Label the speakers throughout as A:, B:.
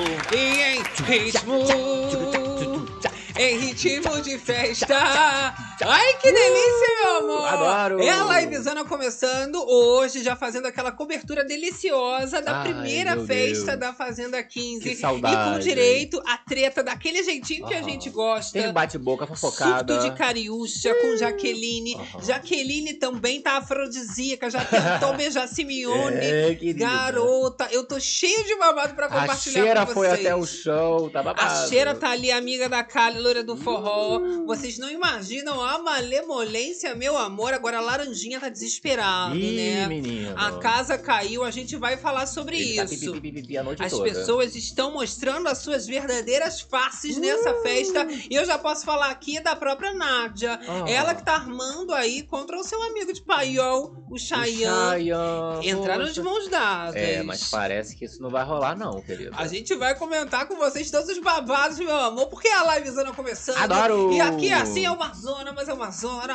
A: vivo e em ritmo, em ritmo de festa. Ai, que delícia, meu amor!
B: Adoro!
A: É a livezona começando hoje, já fazendo aquela cobertura deliciosa da
B: Ai,
A: primeira
B: meu
A: festa
B: Deus.
A: da Fazenda 15.
B: Que saudade.
A: E com direito à treta daquele jeitinho que a
B: Aham.
A: gente gosta.
B: Teve bate-boca, fofocada.
A: Surto de Cariúcha com Jaqueline.
B: Aham.
A: Jaqueline também tá afrodisíaca, já tentou beijar Simeone.
B: É, querida.
A: Garota, eu tô cheio de babado pra
B: A
A: compartilhar
B: cheira
A: com vocês.
B: foi até o chão, tá babado.
A: A cheira tá ali, amiga da Kali, loira do forró.
B: Uh!
A: Vocês não imaginam a malemolência, meu amor. Agora a Laranjinha tá desesperado,
B: Ih,
A: né?
B: menino.
A: A casa caiu, a gente vai falar sobre
B: Ele tá
A: isso.
B: pi, pi, pi, pi, pi a noite
A: As
B: toda.
A: pessoas estão mostrando as suas verdadeiras faces
B: Uh!
A: nessa festa. E eu já posso falar aqui da própria Nádia.
B: Ah.
A: Ela que tá armando aí contra o seu amigo de paiol, o
B: O
A: Chayanne.
B: Chayanne,
A: Entraram
B: poxa.
A: de mãos dadas.
B: É, mas parece que isso não vai rolar, não, querido.
A: A gente vai comentar com vocês todos os babados, meu amor, porque a livezona começando.
B: Adoro!
A: E aqui assim é uma zona, mas é uma zona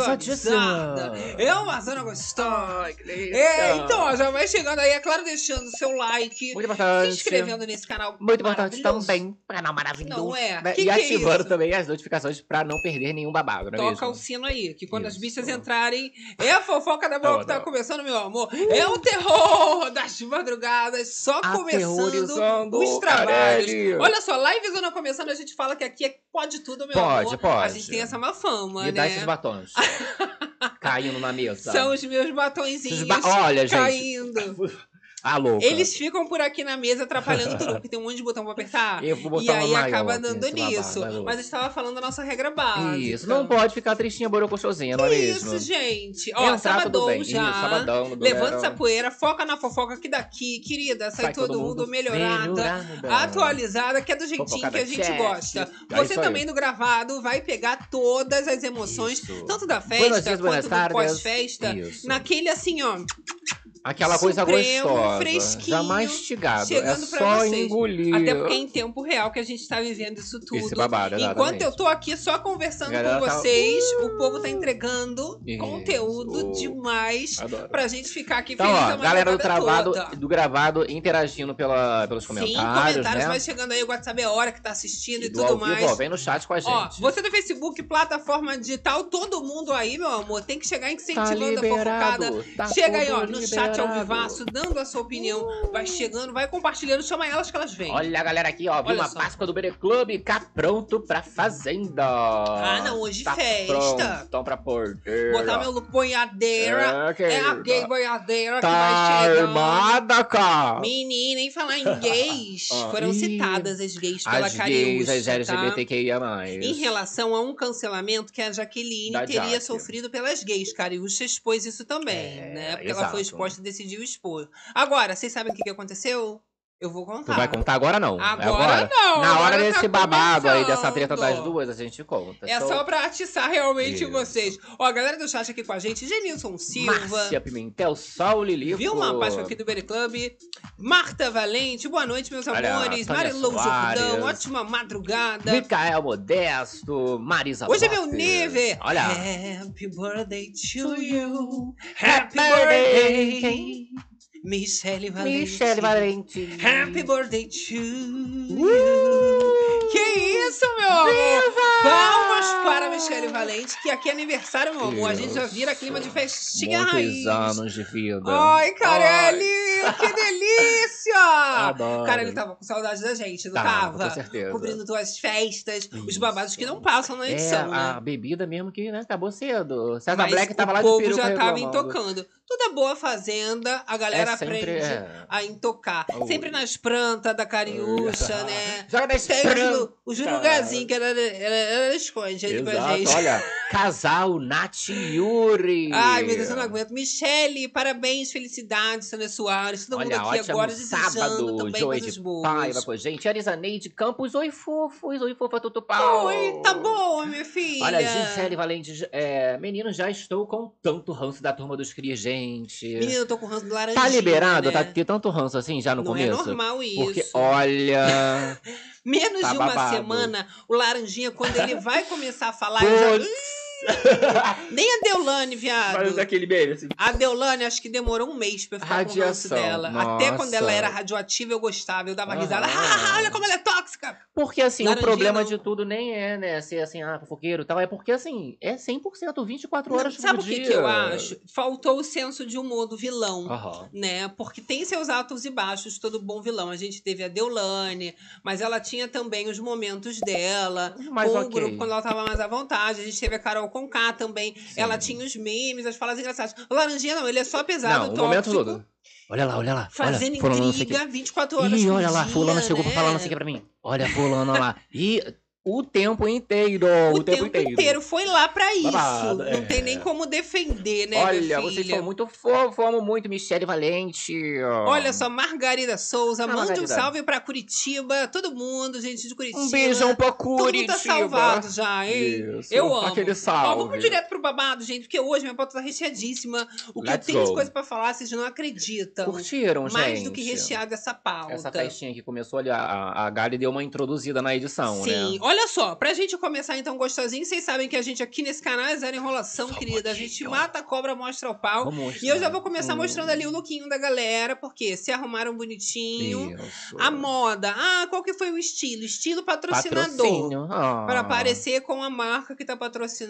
B: Organizadíssima.
A: organizada. É uma zona gostosa.
B: Ai, que delícia.
A: É, então, ó, já vai chegando aí, é claro, deixando o seu like,
B: Ah. Muito
A: se
B: importante.
A: inscrevendo nesse canal.
B: Muito importante
A: maravilhoso.
B: também. Canal maravilhoso.
A: Não é?
B: né?
A: Que
B: e
A: que é
B: ativando
A: isso?
B: também as notificações pra não perder nenhum babado, não é
A: Toca
B: mesmo?
A: o sino aí, que quando as
B: Isso.
A: bichas entrarem, é a fofoca da boa
B: Eu
A: que tá
B: adoro.
A: começando, meu amor.
B: Uh!
A: É o terror das madrugadas, só começando
B: Aterrorizando
A: os
B: o
A: trabalhos.
B: Carelli.
A: Olha só, live zona começando, a gente fala que aqui é pode tudo, meu
B: Pode,
A: amor. A
B: pode.
A: gente tem essa má fama, né?
B: Me dá esses batons. caindo na mesa.
A: São os meus
B: Esses
A: batonzinhos
B: ba- Olha, gente. Tá
A: caindo.
B: A louca.
A: Eles ficam por aqui na mesa atrapalhando tudo, porque tem um monte de botão pra apertar.
B: Eu vou botar
A: E aí
B: uma maior
A: acaba
B: aqui
A: dando
B: nesse babado,
A: nisso.
B: vai, Lu.
A: Mas a gente tava falando da nossa regra básica.
B: Isso. Não pode ficar tristinha, borocochosinha, não é
A: Que
B: mesmo?
A: Isso, gente. Ó,
B: Entrar, tudo
A: sabadão
B: bem.
A: já.
B: Isso, sabadão. no
A: Levanta
B: verão.
A: essa poeira, foca na fofoca que daqui, querida, sai, todo, mundo, melhorada.
B: melhorada.
A: Atualizada, que é do jeitinho que a gente
B: Chefe.
A: gosta.
B: É
A: Você
B: isso aí.
A: também do gravado vai pegar todas as emoções,
B: Isso.
A: tanto da
B: Buenos
A: festa
B: dias,
A: quanto
B: buenas
A: do
B: tardes.
A: pós-festa,
B: Isso.
A: naquele assim, ó,
B: Aquela coisa
A: supremo,
B: gostosa.
A: fresquinho,
B: já mastigado. É
A: chegando pra
B: só
A: vocês.
B: engolir.
A: até porque é em tempo real que a gente tá vivendo isso tudo.
B: Esse é babado,
A: Enquanto
B: exatamente.
A: eu tô aqui só conversando com
B: Galera tá- Uh!
A: vocês, o povo tá entregando
B: Isso.
A: conteúdo demais
B: Adoro.
A: pra gente ficar aqui
B: Então,
A: feliz
B: ó,
A: a
B: galera do,
A: madrugada
B: travado,
A: toda.
B: do gravado interagindo pela, pelos
A: Sim,
B: comentários,
A: comentários,
B: né?
A: vai chegando aí, o WhatsApp é a hora que tá assistindo e,
B: do ao
A: tudo
B: vivo,
A: mais.
B: ó, vem no chat com a gente.
A: Ó, você do Facebook, plataforma digital, todo mundo aí, meu amor, tem que chegar
B: tá
A: incentivando a fofocada.
B: liberado. Tá
A: Chega aí,
B: tudo
A: ó, no chat ao
B: liberado.
A: vivaço, dando a sua opinião. Vai chegando, vai compartilhando, chama elas que elas vêm.
B: Olha a galera aqui, ó. Viu
A: Olha
B: uma
A: só.
B: Páscoa do Bere Club cá pronto pra fazenda.
A: ah,
B: Ah,
A: não, hoje
B: Tá
A: festa.
B: pronto, então pra porteira.
A: Botar meu look boiadeira.
B: É,
A: É, a
B: querida.
A: gay boiadeira que
B: Tá
A: vai chegando.
B: armada, cara.
A: Menina, em falar em gays,
B: Ah,
A: foram
B: ih,
A: citadas as gays pela
B: As gays,
A: Cariúcha,
B: as
A: tá?
B: LGBTQIA+.
A: Em relação a um cancelamento que a Jaqueline
B: Da
A: teria
B: Jaque.
A: sofrido pelas gays. Cariúcha expôs isso também,
B: É,
A: né? Porque ela
B: exato.
A: foi exposta e decidiu expor. Agora, vocês sabem o que, que aconteceu? Eu vou
B: Tu
A: contar.
B: vai contar agora não? É
A: Ah, Agora,
B: agora?
A: não.
B: Na hora
A: agora
B: desse
A: tá
B: babado aí,
A: começando.
B: dessa treta das duas, a gente conta.
A: É
B: Então,
A: só pra atiçar realmente
B: Isso.
A: vocês. Ó, a galera do chat aqui com a gente, Genilson Silva.
B: Márcia Pimentel, Sol Lilico.
A: Viu uma Páscoa aqui do Berry Club? Marta Valente, boa noite, meus
B: Olha,
A: amores.
B: Tânia
A: Marilou
B: Soares.
A: Jordão, ótima madrugada.
B: Micael Modesto, Marisa
A: Hoje é meu
B: Lopes.
A: nível.
B: Olha.
A: Happy birthday to you. Happy
B: Happy
A: birthday.
B: birthday,
A: Michelle Valente.
B: Michele Uh! Valente.
A: Happy birthday to
B: Uh!
A: you. Que isso, meu amor. Palmas para Michelle Valente, que aqui é aniversário, meu amor. A gente já vira clima de festinha raiz.
B: Muitos anos né? de vida.
A: Ai, Carelli, que delícia!
B: Adoro.
A: Carelli tava com saudade da gente, não
B: Tava,
A: tá tava?
B: com certeza.
A: Cobrindo tuas festas, os
B: Isso.
A: babados que não passam na
B: É,
A: edição, né?
B: a bebida mesmo que né, acabou cedo. César
A: Mas
B: Black tava
A: o
B: lá de
A: povo
B: peruca
A: já tava
B: reclamando.
A: intocando. Toda boa fazenda, a galera
B: É sempre...
A: aprende
B: é.
A: a entocar.
B: Oi.
A: Sempre nas plantas da cariúcha,
B: Uhum.
A: né?
B: Joga
A: Tem o
B: da Sprung.
A: Juru- o Jurugazinho, que era, era, era esconde ali pra
B: Exato,
A: gente.
B: olha. Casal Nath e Yuri.
A: Ai, meu Deus, eu não aguento. Michele, parabéns, felicidades, Sônia Soares. Todo
B: Olha,
A: mundo aqui
B: ótimo
A: agora desejando
B: sábado,
A: também
B: Joey
A: coisas
B: de
A: boas.
B: Paiva com a gente. Arisaneide Campos, oi fofos, oi fofa Tutu Pau.
A: Oi, tá boa, minha filha.
B: Olha, Gisele Valente, é, menino, já estou com tanto ranço da turma dos cria, gente.
A: Menina, eu tô com ranço do laranjinha,
B: tá liberado?
A: né?
B: Tá ter tanto ranço assim já no
A: Não é
B: começo?
A: normal isso.
B: Porque, olha.
A: Menos
B: Tá
A: de uma
B: babado.
A: semana, o Laranjinha, quando ele vai começar a falar, eu já...
B: putz,
A: Nem a Deolane, viado.
B: é
C: Fazendo aquele meme, assim.
A: A Deolane acho que demorou um mês pra eu ficar com o ranço
C: Radiação,
A: dela. Até quando
C: nossa.
A: ela era radioativa, eu gostava. Eu dava
C: Aham.
A: risada. Ah, olha como ela é tóxica!
B: Porque assim, o
A: Laranjinha
B: problema
A: não.
B: de tudo nem é, né, ser assim, ah, fofoqueiro e tal. É porque assim, é 100%, 24 horas por
A: Sabe o que,
B: dia.
A: que eu acho? Faltou o senso de humor do vilão.
B: Aham.
A: Né? Porque tem seus altos e baixos, todo bom vilão. A gente teve a Deolane, mas ela tinha também os momentos dela.
B: Mas
A: com o
B: ok.
A: grupo, quando ela tava mais à vontade. A gente teve a Carol Conká também. Ela tinha os memes, as falas engraçadas. O Laranjinha não, ele é só pesado,
C: Não, o momento
A: tóxico.
C: todo.
B: Olha lá, olha lá.
A: Fazendo
B: olha, fulano, não sei o quê.
A: intriga 24 horas.
B: Ih,
A: por
B: olha lá,
A: dia,
B: fulano chegou pra falar não sei
A: né?
B: o que pra mim. Olha, fulano olha lá. E o tempo inteiro.
A: O tempo inteiro. foi lá pra isso.
B: Babado,
A: não
B: é.
A: tem nem como defender, né, minha
B: Olha, vocês
A: filha?
B: são muito fofos, amo muito Michele Valente.
A: Olha só, Margarida Souza,
B: Ah,
A: mande um
B: Margarida.
A: salve pra Curitiba, todo mundo, gente de Curitiba.
B: Um beijão pra
A: Todo
B: Curitiba.
A: mundo tá salvado já, hein?
C: Isso,
A: Eu amo.
C: Aquele
A: Ó,
C: salve.
A: vamos direto pro babado, gente, porque hoje minha pauta tá recheadíssima. O que eu
C: Let's
A: tenho de
C: go.
A: coisa pra falar, vocês não acreditam.
B: Curtiram, gente?
A: Mais do que recheada essa pauta.
B: Essa tá festinha que começou ali, a, a, a Gali deu uma introduzida na edição,
A: Sim,
B: né?
A: olha só, pra gente começar então gostosinho, vocês sabem que a gente aqui nesse canal é zero enrolação,
B: Só um
A: querida. A
B: pouquinho.
A: gente mata a cobra, mostra o pau.
B: Vamos
A: E eu já vou começar
B: Hum.
A: mostrando ali o lookinho da galera, porque se arrumaram bonitinho.
B: Isso.
A: A moda, ah, qual que foi o estilo? Estilo patrocinador.
B: Patrocínio. Ah.
A: Pra aparecer com a marca que tá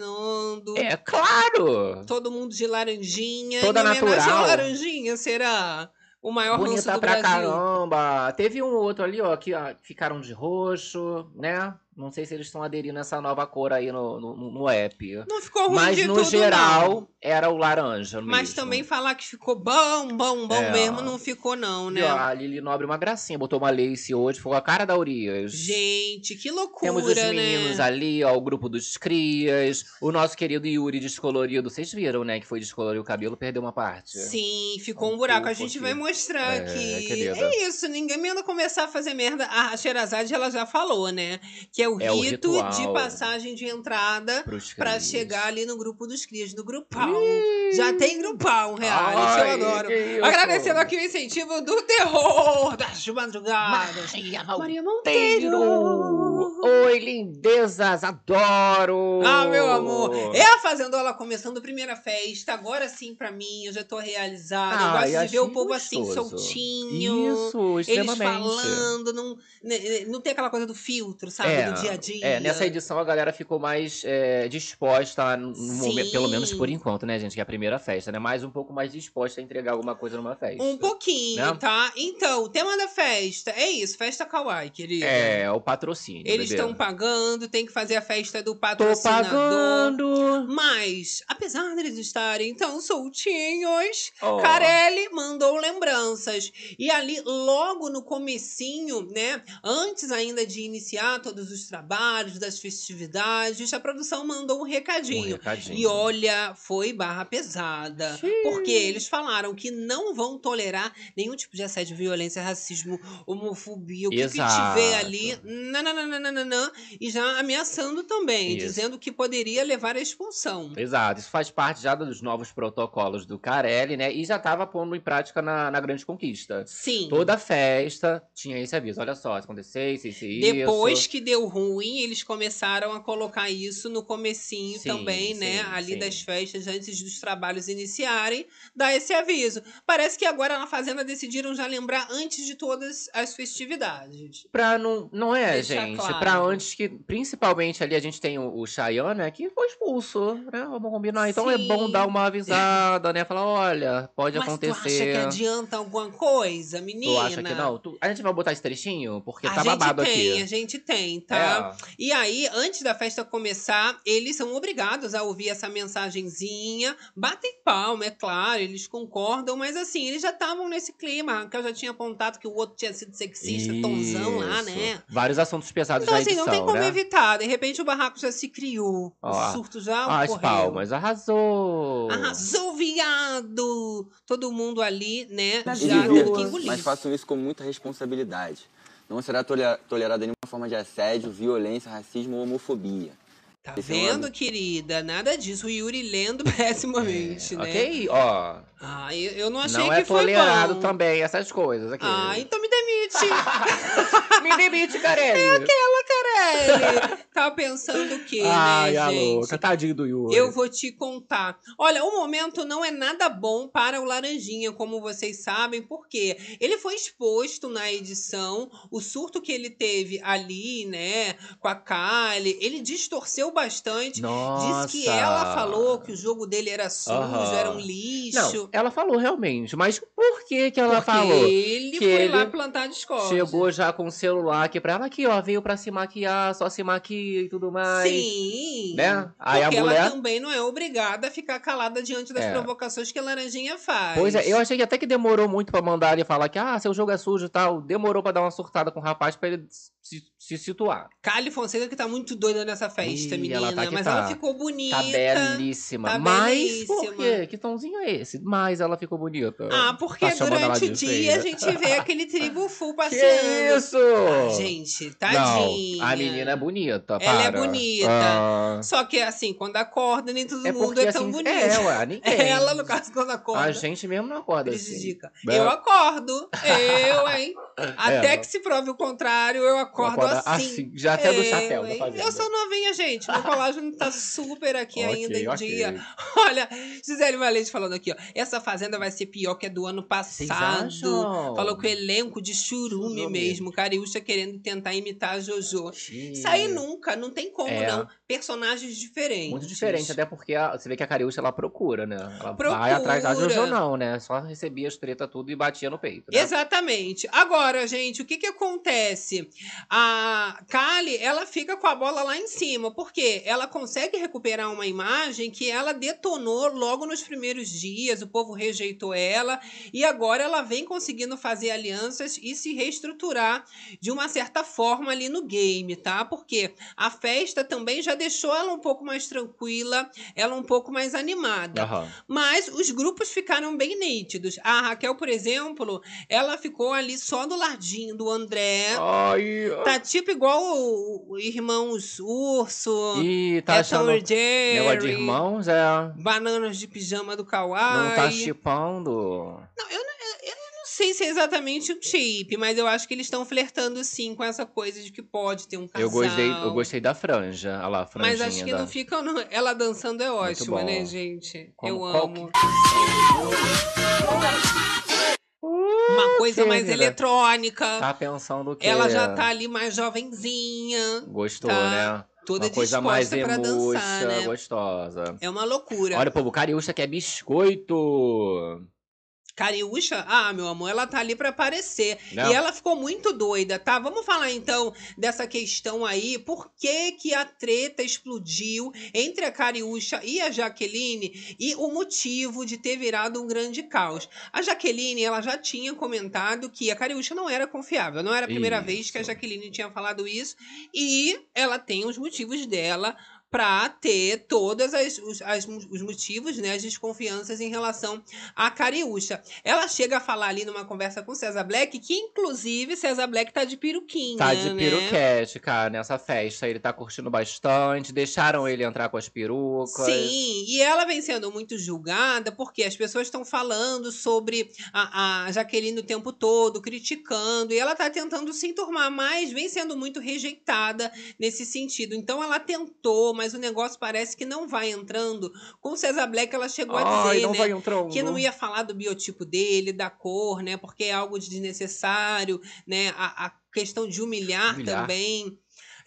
A: patrocinando.
B: É claro!
A: Todo mundo de laranjinha.
B: Toda
A: em homenagem
B: natural.
A: ao laranjinha, será? O maior ranço
B: Bonita
A: do
B: pra
A: Brasil.
B: caramba! Teve um outro ali, ó, que ó, ficaram de roxo, né? Não sei se eles estão aderindo a essa nova cor aí no, no, no- no app.
A: Não ficou ruim
B: Mas
A: de
B: no
A: tudo,
B: geral,
A: não.
B: era o laranja.
A: Mas
B: mesmo.
A: também falar que ficou bom, bom, bom
B: É.
A: mesmo, não ficou, não,
B: E, ó,
A: né?
B: a Lili Nobre, uma gracinha, botou uma lace hoje, ficou a cara da Urias.
A: Gente, que loucura,
B: Temos os
A: né?
B: meninos ali, ó, o grupo dos crias, o nosso querido Yuri descolorido. Vocês viram, né, que foi descolorir o cabelo, perdeu uma parte.
A: Sim, ficou
B: Um
A: um buraco. A
B: pouco
A: gente
B: aqui.
A: vai mostrar
B: É,
A: aqui.
B: querida.
A: É isso, ninguém manda começar a fazer merda. A a Sherazade, ela já falou, né? Que é o
B: É o
A: rito de
B: ritual.
A: passagem de entrada
B: Pros
A: pra
B: crias.
A: chegar ali no grupo dos crias, no grupão. Já tem grupão, reality, eu
B: Ai,
A: adoro.
B: que isso.
A: Agradecendo aqui o incentivo do terror das madrugadas.
B: Maria
A: Maria
B: Monteiro! Oi, lindezas, adoro!
A: Ah, meu amor.
B: Oh.
A: É a Fazendola começando a primeira festa. Agora sim, pra mim, eu já tô realizada. eu
B: Ai,
A: gosto de ver
B: achei
A: o povo assim,
B: gostoso.
A: soltinho.
B: Isso,
A: Eles
B: extremamente.
A: falando, não, né, não tem aquela coisa do filtro, sabe?
B: É,
A: do dia a dia.
B: É, nessa edição a galera ficou mais é, disposta, a, no
A: Sim.
B: momento, pelo menos por enquanto, né, gente? Que é a primeira festa, né? Mas um pouco mais disposta a entregar alguma coisa numa festa.
A: Um pouquinho,
B: Né?
A: tá? Então, o tema da festa é isso, festa kawaii, querido.
B: É, o patrocínio.
A: Eles
B: bebê.
A: estão pagando, tem que fazer a festa do
B: Tô
A: patrocinador.
B: pagando!
A: Mas, apesar deles estarem tão soltinhos,
B: Oh.
A: Carelli mandou lembranças. E ali, logo no comecinho, né? Antes ainda de iniciar todos os trabalhos, das festividades, a produção mandou um
B: Um
A: recadinho.
B: recadinho.
A: E olha, foi barra pesada. Porque eles falaram que não vão tolerar nenhum tipo de assédio, violência, racismo, homofobia, o que, que
B: Exato.
A: tiver ali. Nananana, e já ameaçando também,
B: Isso.
A: dizendo que poderia levar à expulsão.
B: Exato, isso faz parte já dos novos protocolos do Carelli, né? E já tava pondo em prática na, na Grande Conquista.
A: Sim.
B: Toda festa tinha esse aviso. Olha só, se acontecer isso, isso, e isso.
A: Depois que deu ruim, eles começaram a colocar isso no comecinho
B: Sim,
A: também, né?
B: sim,
A: Ali
B: sim.
A: das festas, antes dos trabalhos iniciarem, dá esse aviso. Parece que agora na Fazenda decidiram já lembrar antes de todas as festividades.
B: Pra não. Não é,
A: Deixar
B: gente.
A: claro.
B: Pra antes que. Principalmente ali a gente tem o, o Chayanne, né? Que foi expulso, né? Vamos combinar. Então é bom
A: Sim.
B: dar uma avisada, né? Falar, olha, pode
A: Mas
B: acontecer.
A: tu acha que é adianta alguma coisa, menina?
B: Tu acha que não? Tu- A gente vai botar esse trechinho? Porque
A: a
B: tá
A: gente
B: babado
A: tem,
B: aqui.
A: a gente tem, tá?
B: É.
A: E aí, antes da festa começar, eles são obrigados a ouvir essa mensagenzinha. Batem palma, é claro, eles concordam, mas assim, eles já estavam nesse clima. Que eu já tinha apontado que o outro tinha sido sexista, tonzão lá,
B: Isso.
A: né?
B: Vários assuntos pesados
A: Então,
B: da
A: assim,
B: edição,
A: não tem como
B: né?
A: evitar. De repente, o barraco já se criou.
B: Ó,
A: o surto já
B: Ah, As
A: ocorreu.
B: palmas, arrasou!
A: Arrasou, viado! Todo mundo ali, né?
D: Tá
E: Mas
A: Já
E: viu,
A: teve que
E: mas
A: engolir.
D: mas façam isso com muita responsabilidade. Não será tolera- tolerada nenhuma forma de assédio, violência, racismo ou homofobia.
A: Tá
D: Esse
A: vendo, querida? Nada disso. O Yuri lendo pessimamente, né?
B: É, Ok, ó.
A: Ah, eu, eu não achei
B: não
A: que
B: é
A: foi
B: tolerado
A: bom.
B: também essas coisas aqui.
A: Ah, então me demite,
B: Me demite, Carelli!
A: Carelli. ficar pensando o quê,
C: Ai,
A: né,
C: a
A: gente?
C: louca. Tadinho do Yuri.
A: Eu vou te contar. Olha, o momento não é nada bom para o Laranjinha, como vocês sabem, porque ele foi exposto na edição, o surto que ele teve ali, né, com a Kylie, ele distorceu bastante.
C: Nossa.
A: Diz que ela falou que o jogo dele era sujo,
C: Aham.
A: era um lixo.
B: Não, ela falou realmente, mas por que que ela
A: porque
B: falou?
A: ele
B: que
A: foi
B: ele
A: lá plantar discórdia.
B: Chegou já com o celular aqui pra ela, aqui ó, veio pra se maquiar, só se maquia e tudo mais.
A: Sim.
B: Né? Aí
A: porque
B: a mulher.
A: ela também não é obrigada a ficar calada diante das
B: É.
A: provocações que a Laranjinha faz.
B: Pois é, eu achei que até que demorou muito pra mandar ele falar que, ah, seu jogo é sujo e tal. Demorou pra dar uma surtada com o rapaz pra ele se, se situar.
A: Cali Fonseca que tá muito doida nessa festa,
B: Ih,
A: menina.
B: ela tá que
A: mas
B: tá.
A: ela ficou bonita.
B: Tá belíssima.
A: tá
B: Mas por
A: belíssima.
B: quê? Que tomzinho é esse? Mas ela ficou bonita.
A: Ah, porque
C: Tá chamando ela
A: durante o
C: de
A: dia
C: feia.
A: a gente vê aquele tribo full
B: que
A: passeando.
B: isso?
A: Ah, gente, tadinha.
B: Não, a menina é bonita,
A: Ela é
B: para.
A: bonita.
B: Ah.
A: Só que assim, quando acorda, nem todo
B: É
A: mundo
B: porque
A: é tão
B: assim,
A: bonito.
B: é ué, ninguém.
A: Ela, no caso, quando
B: A
A: acorda.
B: gente mesmo não acorda assim.
A: Prejudica.
C: Né?
A: Eu acordo. Eu, hein? Até
C: Ela.
A: que se prove o contrário, eu acordo
C: Acorda
A: assim.
C: já até do
A: Eu,
C: chapéu
B: tá
C: da
A: hein?
C: fazenda.
B: né?
A: Eu sou novinha, gente. Meu colágeno tá super aqui
C: Ok,
A: ainda em
C: ok.
A: dia. Olha, Gisele Valente falando aqui, ó. Essa fazenda vai ser pior que a do ano
B: Vocês
A: passado.
B: acham?
A: Falou que o elenco de churume
B: Churume.
A: mesmo. Cariúcha querendo tentar imitar a Jojo.
B: Ih,
A: Isso aí nunca, não tem como,
B: É.
A: não. Personagens diferentes.
B: Muito diferente, até porque a- você vê que a Cariúcha, ela procura, né? Ela vai
A: Procura.
B: atrás da Jojo, não, né? Só recebia as tretas tudo e batia no peito. Né?
A: Exatamente. Agora, gente, o que que acontece? A Kali, ela fica com a bola lá em cima, porque ela consegue recuperar uma imagem que ela detonou logo nos primeiros dias, o povo rejeitou ela, e agora ela vem conseguindo fazer alianças e se reestruturar de uma certa forma ali no game, tá? Porque a festa também já deixou ela um pouco mais tranquila, ela um pouco mais animada.
C: Aham.
A: Mas os grupos ficaram bem nítidos. A Raquel, por exemplo, ela ficou ali só do ladinho do André.
C: Ai,
A: É. Tá tipo igual o, o irmãos Urso,
B: Ih, tá
A: tá
B: achando
A: Jerry,
B: negócio de irmãos, é.
A: Bananas de pijama do
B: Não
A: Kawaii.
B: tá chipando.
A: Não sei se é exatamente um chip, mas eu acho que eles estão flertando sim com essa coisa de que pode ter um casal.
B: Eu gostei, eu gostei da franja. Olha lá, a franjinha
A: Mas acho que
B: da...
A: não fica. não. Ela dançando é ótima,
B: bom.
A: né, gente?
B: Como-
A: eu
B: qual
A: amo. Uma coisa mais
B: querida.
A: eletrônica.
B: Tá pensando que...
A: Ela já tá ali mais jovenzinha,
B: Gostou,
A: tá
B: né?
A: toda
B: Uma coisa
A: disposta
B: mais
A: pra dançar,
B: emuxa,
A: né?
B: gostosa.
A: É uma loucura.
B: Olha, povo, Cariúcha quer biscoito.
A: Cariúcha, ah, meu amor, ela tá ali pra aparecer.
B: Não.
A: E é ela ficou muito doida, tá? Vamos falar então dessa questão aí. Por que que a treta explodiu entre a Cariúcha e a Jaqueline e o motivo de ter virado um grande caos? A Jaqueline, ela já tinha comentado que a Cariúcha não era confiável. Não era a primeira vez que a
B: Isso.
A: Jaqueline tinha falado isso. E ela tem os motivos dela pra ter todas as, os, as- os motivos, né, as desconfianças em relação à Cariúcha. Ela chega a falar ali numa conversa com César Black que inclusive César Black tá de peruquinha,
B: Tá de
A: né?
B: peruquete, cara, nessa festa. Ele tá curtindo bastante. Deixaram ele entrar com as perucas.
A: Sim, e ela vem sendo muito julgada porque as pessoas estão falando sobre a, a Jaqueline o tempo todo, criticando, e ela tá tentando se enturmar, mas vem sendo muito rejeitada nesse sentido. Então ela tentou, mas o negócio parece que não vai entrando. Com o César Black, ela chegou a
C: ai
A: dizer,
C: não
A: né?
C: vai entrando.
A: que
B: Uhum. um.
A: não ia falar do biotipo dele, da cor, né? Porque é algo desnecessário, né? A, a questão de humilhar,
B: Humilhar.
A: também.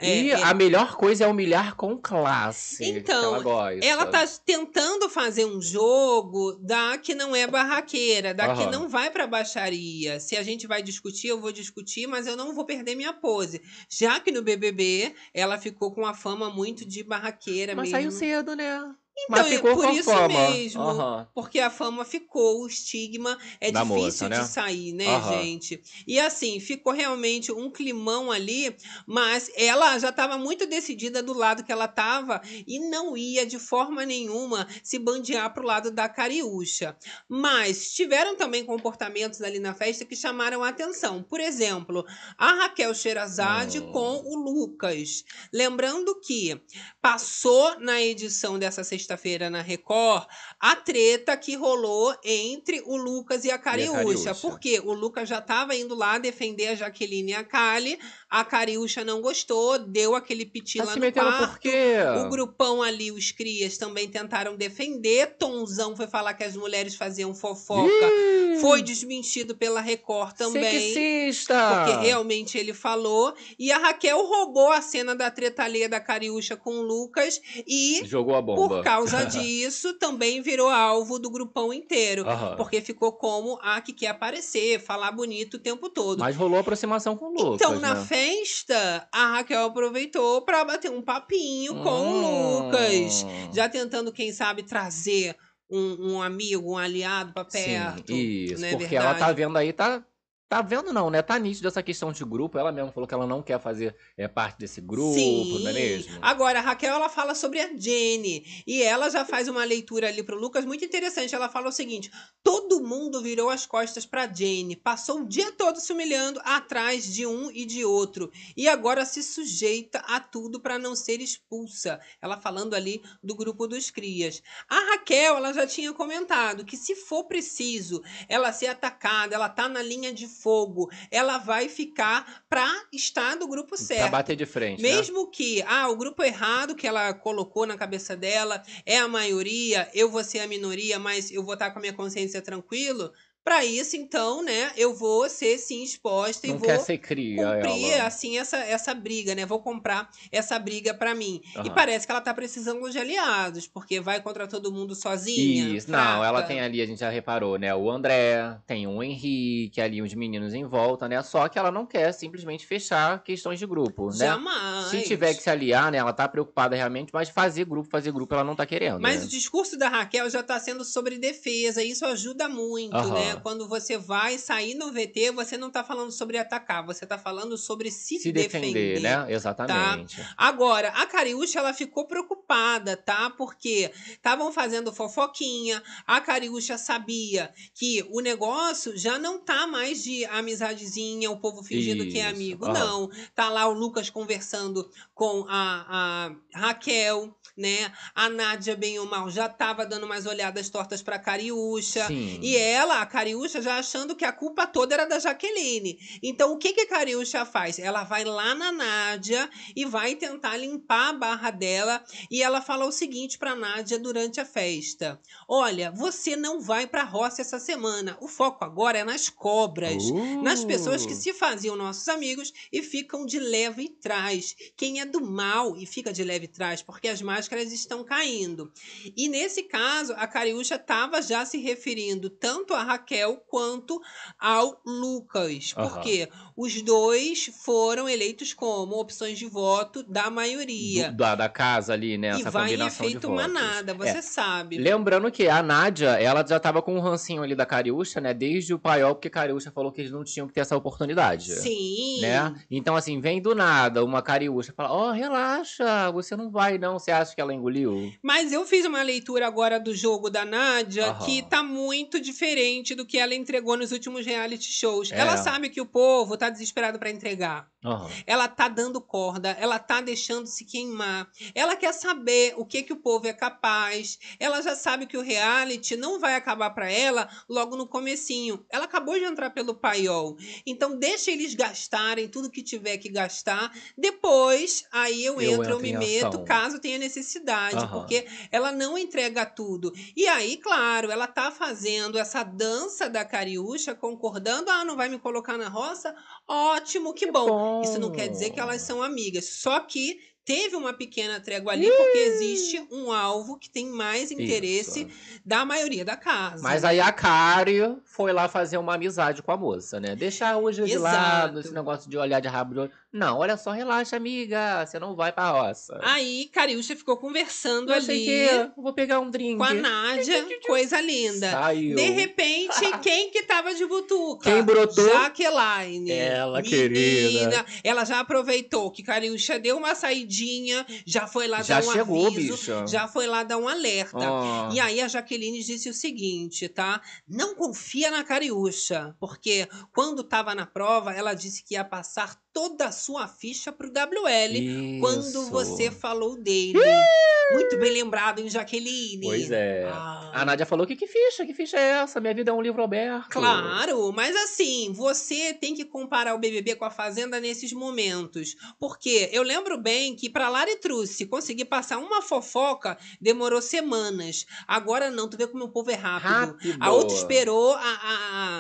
A: É,
B: E
A: é,
B: a melhor coisa é humilhar com classe.
A: Então,
B: que ela, gosta.
A: ela tá tentando fazer um jogo da que não é barraqueira, da que
C: Aham.
A: não vai pra baixaria. Se a gente vai discutir, eu vou discutir, mas eu não vou perder minha pose. Já que no BBB ela ficou com a fama muito de barraqueira
B: Mas saiu
A: mesmo.
B: cedo, né?
A: Então,
B: Mas
A: é
B: ficou
A: por
B: com
A: isso
B: fama.
A: mesmo.
B: Aham.
A: Porque a fama ficou, o estigma é
C: Da
A: difícil
C: moça, né?
A: de sair, né,
C: Aham.
A: gente? E assim, ficou realmente um climão ali, mas ela já estava muito decidida do lado que ela estava e não ia de forma nenhuma se bandear pro lado da Cariúcha. Mas tiveram também comportamentos ali na festa que chamaram a atenção. Por exemplo, a Raquel Sherazade
B: Hum.
A: com o Lucas. Lembrando que passou na edição dessa sexta-feira na Record, a treta que rolou entre o Lucas e a Cariúcha.
D: Cariúcha.
A: Porque o Lucas já estava indo lá defender a Jaqueline e a Kali, a Cariúcha não gostou, deu aquele piti
B: Tá
A: lá
B: se
A: no
B: metendo
A: quarto.
B: por quê?
A: O grupão ali, os crias, também tentaram defender. Tonzão foi falar que as mulheres faziam fofoca. Foi desmentido pela Record também.
B: Sexista.
A: Porque realmente ele falou. E a Raquel roubou a cena da tretalheia da Cariúcha com o Lucas. E,
B: Jogou a bomba.
A: por causa disso, também virou alvo do grupão inteiro.
B: Aham.
A: Porque ficou como a que quer aparecer, falar bonito o tempo todo.
B: Mas rolou aproximação com o Lucas,
A: Então, na
B: né?
A: festa, a Raquel aproveitou pra bater um papinho com o
B: Hum.
A: Lucas. Já tentando, quem sabe, trazer um, um amigo, um aliado pra perto.
B: Sim, isso,
A: não é
B: porque ela
A: verdade?
B: tá vendo aí, tá. Tá vendo não, né? Tá nítido essa questão de grupo. Ela mesma falou que ela não quer fazer é, parte desse grupo,
A: Sim. ah,
B: não é mesmo?
A: Agora, a Raquel, ela fala sobre a Jenny. E ela já faz uma leitura ali pro Lucas muito interessante. Ela fala o seguinte: todo mundo virou as costas pra Jenny. Passou o dia todo se humilhando atrás de um e de outro. E agora se sujeita a tudo pra não ser expulsa. Ela falando ali do grupo dos crias. A Raquel, ela já tinha comentado que se for preciso ela ser atacada, ela tá na linha de fogo, ela vai ficar pra estar do grupo
B: Pra
A: certo.
B: bater de frente, né?
A: é. Mesmo que, ah, o grupo errado que ela colocou na cabeça dela é a maioria, eu vou ser a minoria, mas eu vou estar com a minha consciência tranquilo. Pra isso, então, né, eu vou ser sim exposta e
B: Não
A: vou
B: quer ser cria,
A: cumprir
B: ela.
A: assim essa, essa briga, né? Vou comprar essa briga pra mim. E
B: Aham.
A: parece que ela tá precisando de aliados, porque vai contra todo mundo sozinha.
B: Isso, não, ela
A: fraca.
B: tem ali, a gente já reparou, né? O André, tem o Henrique, ali uns meninos em volta, né? Só que ela não quer simplesmente fechar questões de grupo, né?
A: Jamais.
B: Se tiver que se aliar, né? Ela tá preocupada realmente, mas fazer grupo, fazer grupo, ela não tá querendo.
A: Mas
B: né?
A: o discurso da Raquel já está sendo sobre defesa, e isso ajuda muito,
B: Aham.
A: né? Quando você vai sair no VT, você não está falando sobre atacar, você está falando sobre se,
B: se defender,
A: tá?
B: né? Exatamente.
A: Agora, a Cariúcha, ela ficou preocupada, tá? Porque estavam fazendo fofoquinha, a Cariúcha sabia que o negócio já não tá mais de amizadezinha, o povo fingindo que é
B: Isso,
A: amigo,
B: aham.
A: não. Tá lá o Lucas conversando com a, a Raquel, né? A Nádia, bem ou mal, já tava dando umas olhadas tortas pra Cariúcha.
B: Sim.
A: E ela, a Cariúcha, já achando que a culpa toda era da Jaqueline. Então, o que, que a Cariúcha faz? Ela vai lá na Nádia e vai tentar limpar a barra dela. E ela fala o seguinte pra Nádia durante a festa: Olha, você não vai pra roça essa semana. O foco agora é nas cobras. Nas pessoas que
B: Uh.
A: se faziam nossos amigos e ficam de leve trás. Quem é do mal e fica de leve trás, porque as máscaras estão caindo. E nesse caso, a Cariúcha estava já se referindo tanto a Raquel quanto ao Lucas.
B: Aham.
A: Porque os dois foram eleitos como opções de voto da maioria.
B: Uh. Do- da, da casa ali, né?
A: e
B: Essa
A: vai em
B: combinação de
A: efeito
B: votos. É.
A: manada, você sabe.
B: Lembrando que a Nádia, ela já tava com um rancinho ali da Cariúcha, né? Desde o paiol, porque Cariúcha falou que eles não tinham que ter essa oportunidade.
A: Sim.
B: Né? Então, assim, vem do nada uma cariúcha fala: Ó, relaxa, você não vai, não. Você acha que ela engoliu?
A: Mas eu fiz uma leitura agora do jogo da Nádia
B: Aham.
A: que tá muito diferente do que ela entregou nos últimos reality shows.
B: É.
A: Ela sabe que o povo tá desesperado pra entregar.
B: Aham.
A: Ela tá dando corda, ela tá deixando se queimar. Ela quer saber o que que o povo é capaz. Ela já sabe que o reality não vai acabar pra ela logo no comecinho. Ela acabou de entrar pelo paiol. Então deixa eles gastarem tudo que tiver que gastar. Depois aí eu,
B: Eu
A: entro, eu
B: entro
A: me
B: em
A: meto,
B: ação.
A: caso tenha necessidade,
B: Aham.
A: porque ela não entrega tudo. E aí, claro, ela tá fazendo essa dança da cariúcha, concordando, ah, não vai me colocar na roça? Ótimo, que bom. Isso não quer dizer que elas são amigas, só que teve uma pequena trégua ali, porque existe um alvo que tem mais interesse
B: Isso.
A: da maioria da casa.
B: Mas aí a Cari foi lá fazer uma amizade com a moça, né? Deixar hoje de
A: Exato.
B: lado esse negócio de olhar de rabo de olho. Não, olha só, relaxa, amiga. Você não vai pra roça.
A: Aí Cariúcha ficou conversando
B: não sei
A: Ah, ali
B: o quê. Vou pegar um drink.
A: com a Nádia, coisa linda.
B: Saiu.
A: De repente, quem que tava de butuca?
B: Quem brotou?
A: Jaqueline.
B: Ela,
A: Menina,
B: querida.
A: Ela já aproveitou que Cariúcha deu uma saidinha, já foi lá
B: Já
A: dar um
B: chegou,
A: aviso,
B: bicha.
A: já foi lá dar um alerta.
B: Ó.
A: E aí a Jaqueline disse o seguinte, tá? Não confia na Cariúcha, porque quando tava na prova, ela disse que ia passar toda a sua ficha pro WL
B: Isso.
A: quando você falou dele. Muito bem lembrado, hein, Jaqueline?
B: Pois é.
A: Ah,
B: A Nádia falou que que ficha? Que ficha é essa? Minha vida é um livro aberto.
A: Claro, mas assim, você tem que comparar o BBB com a Fazenda nesses momentos. Porque eu lembro bem que pra Lara e Truce conseguir passar uma fofoca demorou semanas. Agora não, tu vê como o povo é rápido.
B: Rápido.
A: A outra esperou a, a,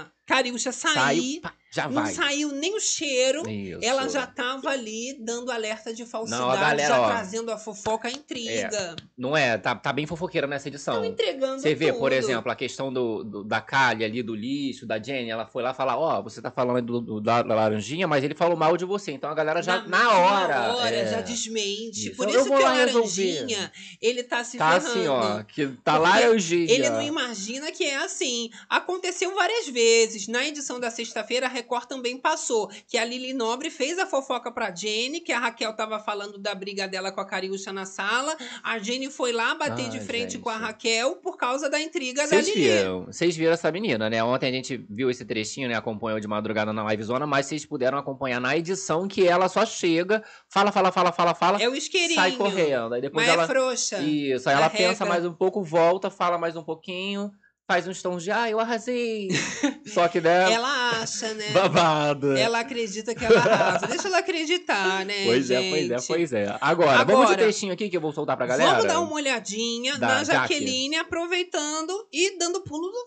A: a Cariúcha sair,
B: Saiu, pá, já
A: não
B: vai.
A: saiu nem o cheiro.
B: Isso.
A: Ela já tava ali dando alerta de falsidade,
B: galera,
A: já
B: ó.
A: trazendo a fofoca à intriga.
B: Não é? Tá, tá bem fofoqueira nessa edição.
A: Estão entregando
B: É. Você vê, por
A: tudo.
B: exemplo, a questão do, do- da Kali ali, do lixo, da Jenny, ela foi lá falar, ó, você tá falando do, do- da da laranjinha, mas ele falou mal de você. Então a galera já, na, hora...
A: Na hora,
B: é,
A: já desmente.
B: Isso.
A: Por
B: Eu
A: isso que
B: vou
A: o
B: lá resolver.
A: Laranjinha, ele tá se
B: Tá
A: ferrando.
B: assim, ó, que tá
A: Porque
B: laranjinha.
A: Ele não imagina que é assim. Aconteceu várias vezes. Na edição da sexta-feira, a Record também passou. Que a Lili Nobre fez a fofoca pra Jenny, que a Raquel tava falando da briga dela com a Cariúcha na sala. A Jenny foi lá bater
B: Ai,
A: de frente
B: gente.
A: com a Raquel por causa da intriga da
B: Vocês
A: Lili.
B: viram, vocês viram essa menina, né? Ontem a gente viu esse trechinho, né? Acompanhou de madrugada na livezona, mas vocês puderam acompanhar na edição que ela só chega, fala, fala, fala, fala, fala,
A: É o isqueirinho.
B: sai correndo. Aí depois
A: Mas
B: ela.
A: é frouxa.
B: Isso, aí ela
A: Carrega.
B: pensa mais um pouco, volta, fala mais um pouquinho, faz uns tons de, ah, eu arrasei. Só que, né,
A: Ela acha, né?
B: babado.
A: Ela acredita que ela arrasa. Deixa ela acreditar, né?
B: pois é,
A: gente?
B: pois é, pois é. Agora, vamos de
A: Agora-
B: trechinho aqui que eu vou soltar pra galera.
A: Vamos dar um uma olhadinha
B: Da
A: na
B: Jaque.
A: Jaqueline, aproveitando e dando pulo do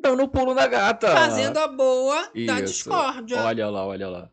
B: Dando o Então, pulo na gata.
A: fazendo a boa da
B: Isso.
A: discórdia.
B: Olha lá, olha lá.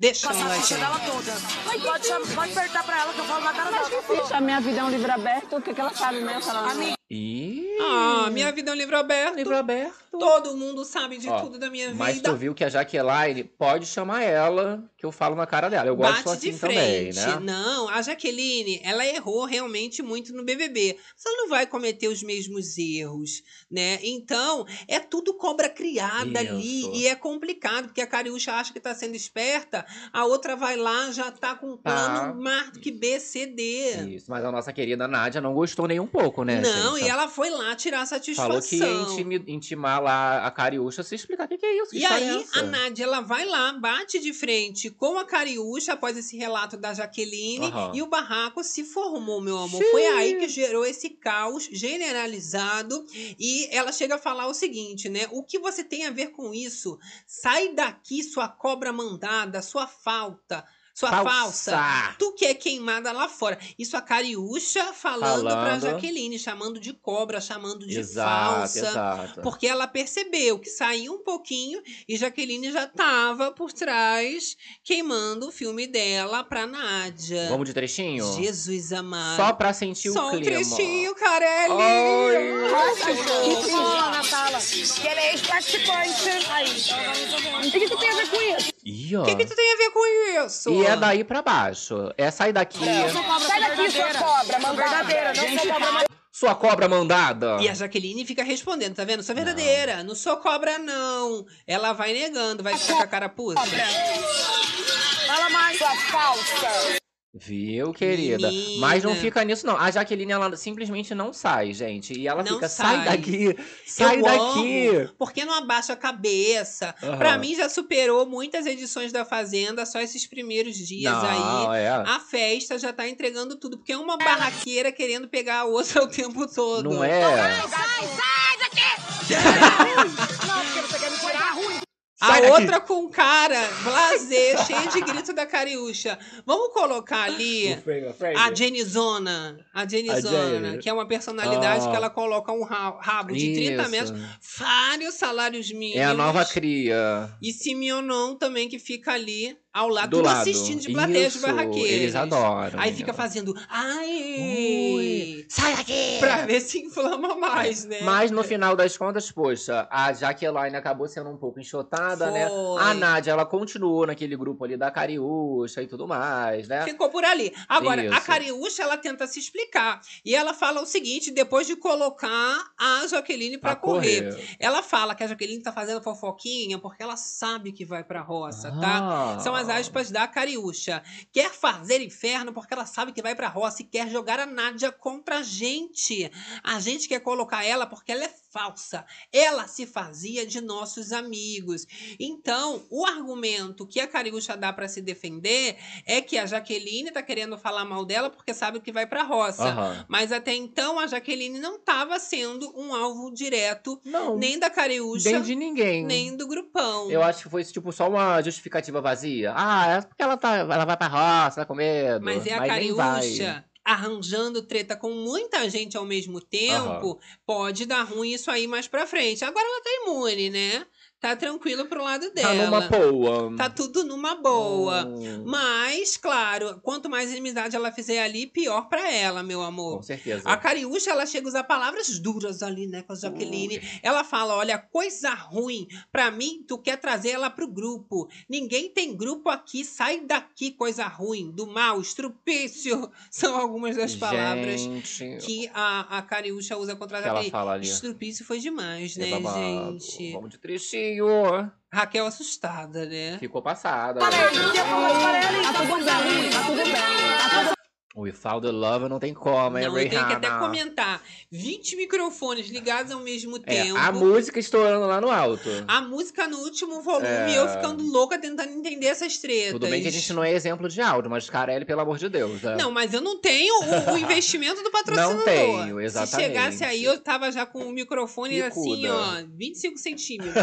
A: Deixa
C: Passar
A: ela
C: a ficha
A: gente.
C: dela toda. Pode, chamar- pode perguntar pra ela que eu falo na cara dela.
E: Ficha, a minha vida é um livro aberto, o que, que ela sabe mesmo? Ela não-
B: Ih,
A: Ah, minha vida é um livro aberto.
B: Hum. livro aberto.
A: Todo mundo sabe de
B: Ó,
A: tudo da minha
B: Mas
A: vida.
B: tu viu que a Jaqueline pode chamar ela, que eu falo na cara dela. Eu gosto
A: Bate
B: assim
A: de frente.
B: também, né?
A: Não, a Jaqueline, ela errou realmente muito no BBB. Mas ela não vai cometer os mesmos erros, né? Então, é tudo cobra criada
B: Isso.
A: ali e é complicado, porque a Cariúcha acha que tá sendo esperta, a outra vai lá, já tá com um plano
B: Tá.
A: mais do que B, C, D.
B: Isso, mas a nossa querida Nádia não gostou nem um pouco, né?
A: não,
B: gente?
A: e ela foi lá tirar satisfação.
B: Falou que ia intimi- intimar lá a Cariúcha se explicar o que, que é isso. Que
A: E
B: história é
A: aí,
B: essa?
A: a Nádia, ela vai lá, bate de frente com a Cariúcha após esse relato da Jaqueline.
B: Aham.
A: E o barraco se formou, meu amor.
B: Xiii.
A: Foi aí que gerou esse caos generalizado. E ela chega a falar o seguinte, né? O que você tem a ver com isso? Sai daqui, sua cobra mandada, sua falta, sua falsa. Tu que é queimada lá fora. Isso a Cariúcha falando, pra
B: Falando.
A: Jaqueline, chamando de cobra, chamando de
B: exato,
A: falsa.
B: exato.
A: Porque ela percebeu que saiu um pouquinho e Jaqueline já tava por trás queimando o filme dela pra Nádia.
B: Vamos de trechinho?
A: Jesus amado.
B: Só pra sentir
A: Só
B: o
A: um
B: clima.
A: trechinho, Carelli.
B: Ai.
C: Que fala, Natala? Que ele é ex-participante. Aí, então vai resolver.
E: O que, que tu tem a ver com isso?
B: Ih, ó.
A: O que, que tu tem a ver com isso?
B: Ah. E é daí pra baixo. É sair daqui.
E: Sai daqui, sua cobra,
C: Sou
E: mandada.
C: verdadeira, não sou cobra mais.
B: Sua cobra mandada.
A: E é a Jaqueline fica respondendo, tá vendo? Sou verdadeira, não, sou cobra, não. Ela vai negando, vai ficar com a carapuça.
C: Fala mais.
E: Sua falsa.
B: Viu, querida?
A: Menina.
B: Mas não fica nisso, não. A Jaqueline, ela simplesmente não sai, gente. E ela
A: Não
B: fica,
A: sai.
B: sai daqui, sai
A: Eu
B: daqui.
A: amo, porque não abaixa a cabeça.
B: Aham.
A: Pra mim já superou muitas edições da Fazenda, só esses primeiros dias aí. ah,
B: não, é.
A: A festa já tá entregando tudo, porque é uma barraqueira querendo pegar a outra o tempo todo.
B: Não é.
C: Não, porque você quer me tirar ruim.
A: A
B: Sai daqui.
A: outra com um cara, blazer, cheio de grito da cariúcha. Vamos colocar ali a Jenizona. A Jenizona,
B: Jenny.
A: que é uma personalidade
B: Ah.
A: que ela coloca um ra- rabo de 30 metros, vários salários mínimos.
B: É a nova cria.
A: E Simeonon também, que fica ali ao lado,
B: Do
A: tá tudo
B: lado.
A: assistindo de plateia de
B: Isso,
A: barraqueiros.
B: Eles adoram.
A: Aí fica
B: menina.
A: fazendo, ai,
B: Ui. Sai daqui!
A: pra ver se inflama mais, né?
B: Mas no final das contas, poxa, a Jaqueline acabou sendo um pouco enxotada, né?
A: Foi.
B: A Nádia, ela continuou naquele grupo ali da Cariúcha e tudo mais, né?
A: Ficou por ali. Agora, a
B: Isso.
A: Cariúcha, ela tenta se explicar. E ela fala o seguinte, depois de colocar a Jaqueline pra correr.
B: Ah.
A: Ela fala que a Jaqueline tá fazendo fofoquinha porque ela sabe que vai pra roça, tá? São as as aspas da Cariúcha. Quer fazer inferno porque ela sabe que vai pra roça e quer jogar a Nádia contra a gente. A gente quer colocar ela porque ela é falsa. Ela se fazia de nossos amigos. Então, o argumento que a Cariúcha dá pra se defender é que a Jaqueline tá querendo falar mal dela porque sabe que vai pra roça.
B: Aham.
A: Mas até então a Jaqueline não estava sendo um alvo direto
B: Não, nem,
A: nem da Cariúcha,
B: Então, de ninguém.
A: nem do grupão.
B: Eu acho que foi, tipo, só uma justificativa vazia. Ah, é porque ela, tá, ela vai pra roça, tá com medo.
A: Mas é a
B: nem vai.
A: Cariúcha arranjando treta com muita gente ao mesmo tempo, pode dar ruim isso aí mais pra frente. Agora ela tá imune, né? Tá tranquilo pro lado
B: Tá
A: dela.
B: numa boa.
A: Tá tudo numa boa.
B: Hum,
A: Mas, claro, quanto mais inimizade ela fizer ali, pior pra ela, meu amor.
B: com certeza.
A: A Cariúcha, ela chega a usar palavras duras ali, né, com a Jaqueline. Ela fala, olha, coisa ruim. Pra mim, tu quer trazer ela pro grupo. Ninguém tem grupo aqui. Sai daqui, coisa ruim. Do mal, estrupício. São algumas das palavras
B: Gente,
A: que a, a Cariúcha usa contra a
B: que ela
A: Jaqueline.
B: fala ali.
A: Estrupício foi demais,
B: É
A: né,
B: babado.
A: gente?
B: Vamos de trechinho.
A: Raquel assustada, né?
B: Ficou passada.
E: Tá tudo bem, tá tudo bem. Tá tudo
B: Without the love não tem como, hein,
A: Não, eu tenho que até
B: Rihanna?
A: comentar. 20 microfones ligados ao mesmo
B: É,
A: tempo.
B: a música estourando lá no alto.
A: A música no último volume,
B: É.
A: e eu ficando louca tentando entender essas tretas.
B: Tudo bem que a gente não é exemplo de áudio, mas Carelli, pelo amor de Deus. né?
A: Não, mas eu não tenho o, o investimento do patrocinador.
B: Não tenho, exatamente.
A: Se chegasse aí, eu tava já com o microfone assim,
B: Picuda.
A: ó, 25 centímetros.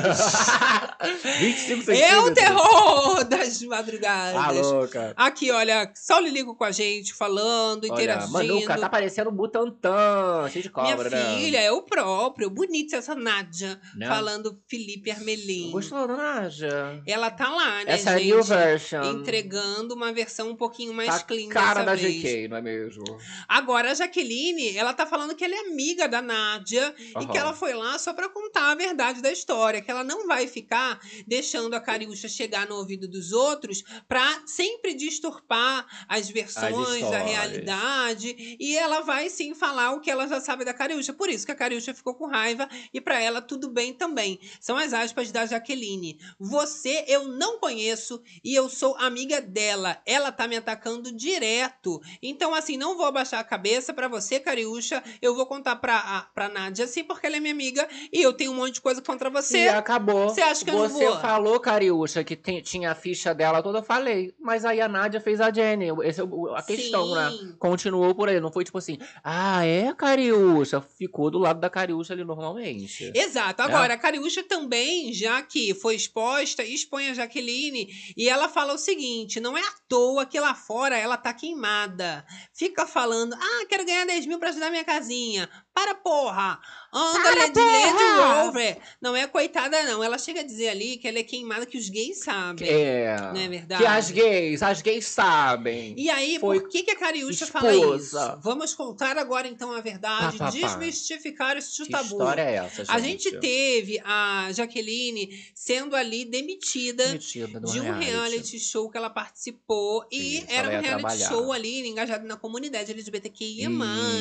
B: 25 centímetros.
A: é o terror das madrugadas.
B: Tá louca.
A: Aqui, olha, Saulo Ligo com a gente, falando,
B: Olha,
A: interagindo.
B: Manuca tá parecendo Butantan, cheio de
A: Minha
B: cobra, né?
A: filha, é o próprio. Bonita essa Nádia,
B: Né?
A: falando Felipe Armelin.
B: Gostou da Naja?
A: Ela tá lá, né,
B: Essa é a
A: assim. gente?
B: new version.
A: entregando uma versão um pouquinho mais
B: Tá
A: clean
B: cara
A: dessa
B: da
A: vez.
B: GK, não é mesmo?
A: Agora a Jaqueline, ela tá falando que ela é amiga da Nádia e
B: Aham.
A: que ela foi lá só pra contar a verdade da história, que ela não vai ficar deixando a Cariúcha chegar no ouvido dos outros pra sempre disturpar as versões da
B: histórias.
A: realidade e ela vai sim falar o que ela já sabe da Cariúcha. Por isso que a Cariúcha ficou com raiva e pra ela tudo bem também. São as aspas da Jaqueline. Você eu não conheço e eu sou amiga dela. Ela tá me atacando direto. Então, assim, não vou abaixar a cabeça pra você, Cariúcha. Eu vou contar pra, a, pra Nádia, assim, porque ela é minha amiga e eu tenho um monte de coisa contra
B: E
A: você.
B: acabou.
A: Você acha que eu não
B: Você
A: vou?
B: falou, Cariúcha, que tem- tinha a ficha dela toda, eu falei. Mas aí a Nádia fez a Jenny. Essa é o- a questão, né?
A: Sim.
B: Continuou por aí. Não foi tipo assim, ah, é, Cariúcha? Ficou do lado da Cariúcha ali normalmente.
A: Exato.
B: É.
A: Agora, a Cariúcha também, já que foi exposta, expõe a Jaqueline e ela fala o seguinte: não é à toa que lá fora ela tá queimada. Fica falando, ah, quero ganhar 10 mil pra ajudar minha casinha. Para, porra! Anda, Lady Lady Rover! Não é coitada, não. Ela chega a dizer ali que ela é queimada, que os gays sabem.
B: É.
A: Não é verdade?
B: Que as gays, as gays sabem.
A: E aí,
B: Foi
A: por que, que a Cariúcha
B: esposa.
A: fala isso? Vamos contar agora, então, a verdade,
B: Pá, pá, pá.
A: desmistificar este
B: Tá, que
A: tabu. né?
B: história é essa, gente?
A: tá A gente teve a Jaqueline sendo ali demitida
B: Metida numa
A: de um
B: reality.
A: reality show que ela participou. E
B: Isso,
A: era
B: ela
A: um
B: ia
A: reality
B: trabalhar.
A: show ali engajado na comunidade LGBTQIA.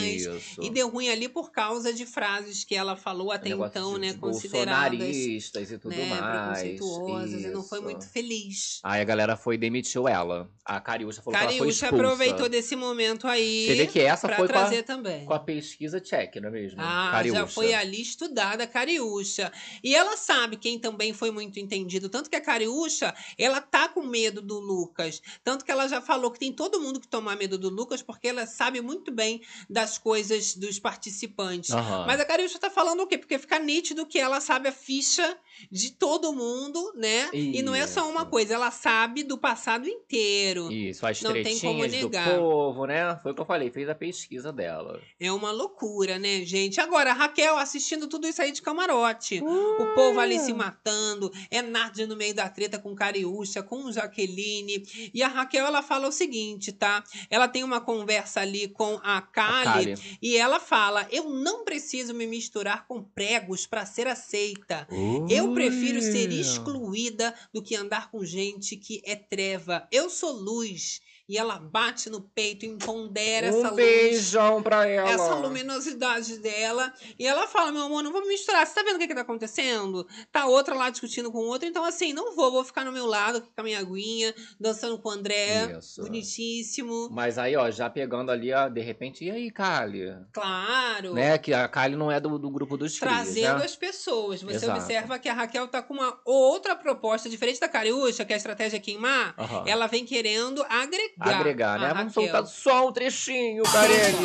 B: Isso. Um
A: E deu ruim ali por causa de frases que ela falou até
B: É Negócio
A: então,
B: de-
A: né?
B: de
A: Consideradas.
B: bolsonaristas e tudo
A: Né,
B: mais.
A: preconceituosas e não foi
B: Isso.
A: muito feliz.
B: Aí a galera foi e demitiu ela. A Cariúcha falou que ela foi
A: Cariúcha
B: expulsa.
A: aproveitou desse momento aí
B: Você vê que essa
A: pra
B: foi com a,
A: trazer também.
B: com a pesquisa check, não é mesmo?
A: Ah,
B: Cariúcha.
A: já foi ali estudada a Cariúcha. E ela sabe quem também foi muito entendido. Tanto que a Cariúcha, ela tá com medo do Lucas. Tanto que ela já falou que tem todo mundo que tomar medo do Lucas, porque ela sabe muito bem das coisas dos participantes.
B: Aham.
A: Mas a Cariúcha tá falando o quê? Porque fica nítido que ela sabe a ficha de todo mundo, né? E não é só uma
B: Isso.
A: coisa, ela sabe do passado inteiro.
B: Isso, as
A: assim, Não tem como
B: tretinhas do
A: negar.
B: povo, né? Foi o que eu falei, fez a pesquisa dela.
A: É uma loucura, né, gente? Agora, a Raquel assistindo tudo isso aí de camarote. O povo ali se matando, é Nádia no meio da treta com Cariúcha, com Jaqueline. E a Raquel, ela fala o seguinte, tá? Ela tem uma conversa ali com a
B: A
A: Kali,
B: Kali.
A: e ela fala: Eu não preciso me misturar com pregos para ser aceita. Eu prefiro ser
B: Ui.
A: excluída do que andar com gente que é treva. Eu sou luz. E ela bate no peito, impondera essa
B: Um
A: luz,
B: beijão pra ela.
A: essa luminosidade dela. E ela fala: meu amor, não vou me misturar. Você tá vendo o que, que tá acontecendo? Tá outra lá discutindo com outra. Então, assim, não vou, vou ficar no meu lado, com a minha aguinha, dançando com o André.
B: Isso.
A: Bonitíssimo.
B: Mas aí, ó, já pegando ali, ó, de repente, e aí, Kali?
A: Claro.
B: Né? Que a Kali não é do, do grupo dos Crias,
A: trazendo
B: né?
A: as pessoas. Você
B: Exato.
A: observa que a Raquel tá com uma outra proposta, diferente da Cariúcha, que é a estratégia é queimar.
B: Aham.
A: Ela vem querendo agregar.
B: Ah. Agregar, né?
A: a
B: Vamos
A: Raquel.
B: soltar só um trechinho, Carelli.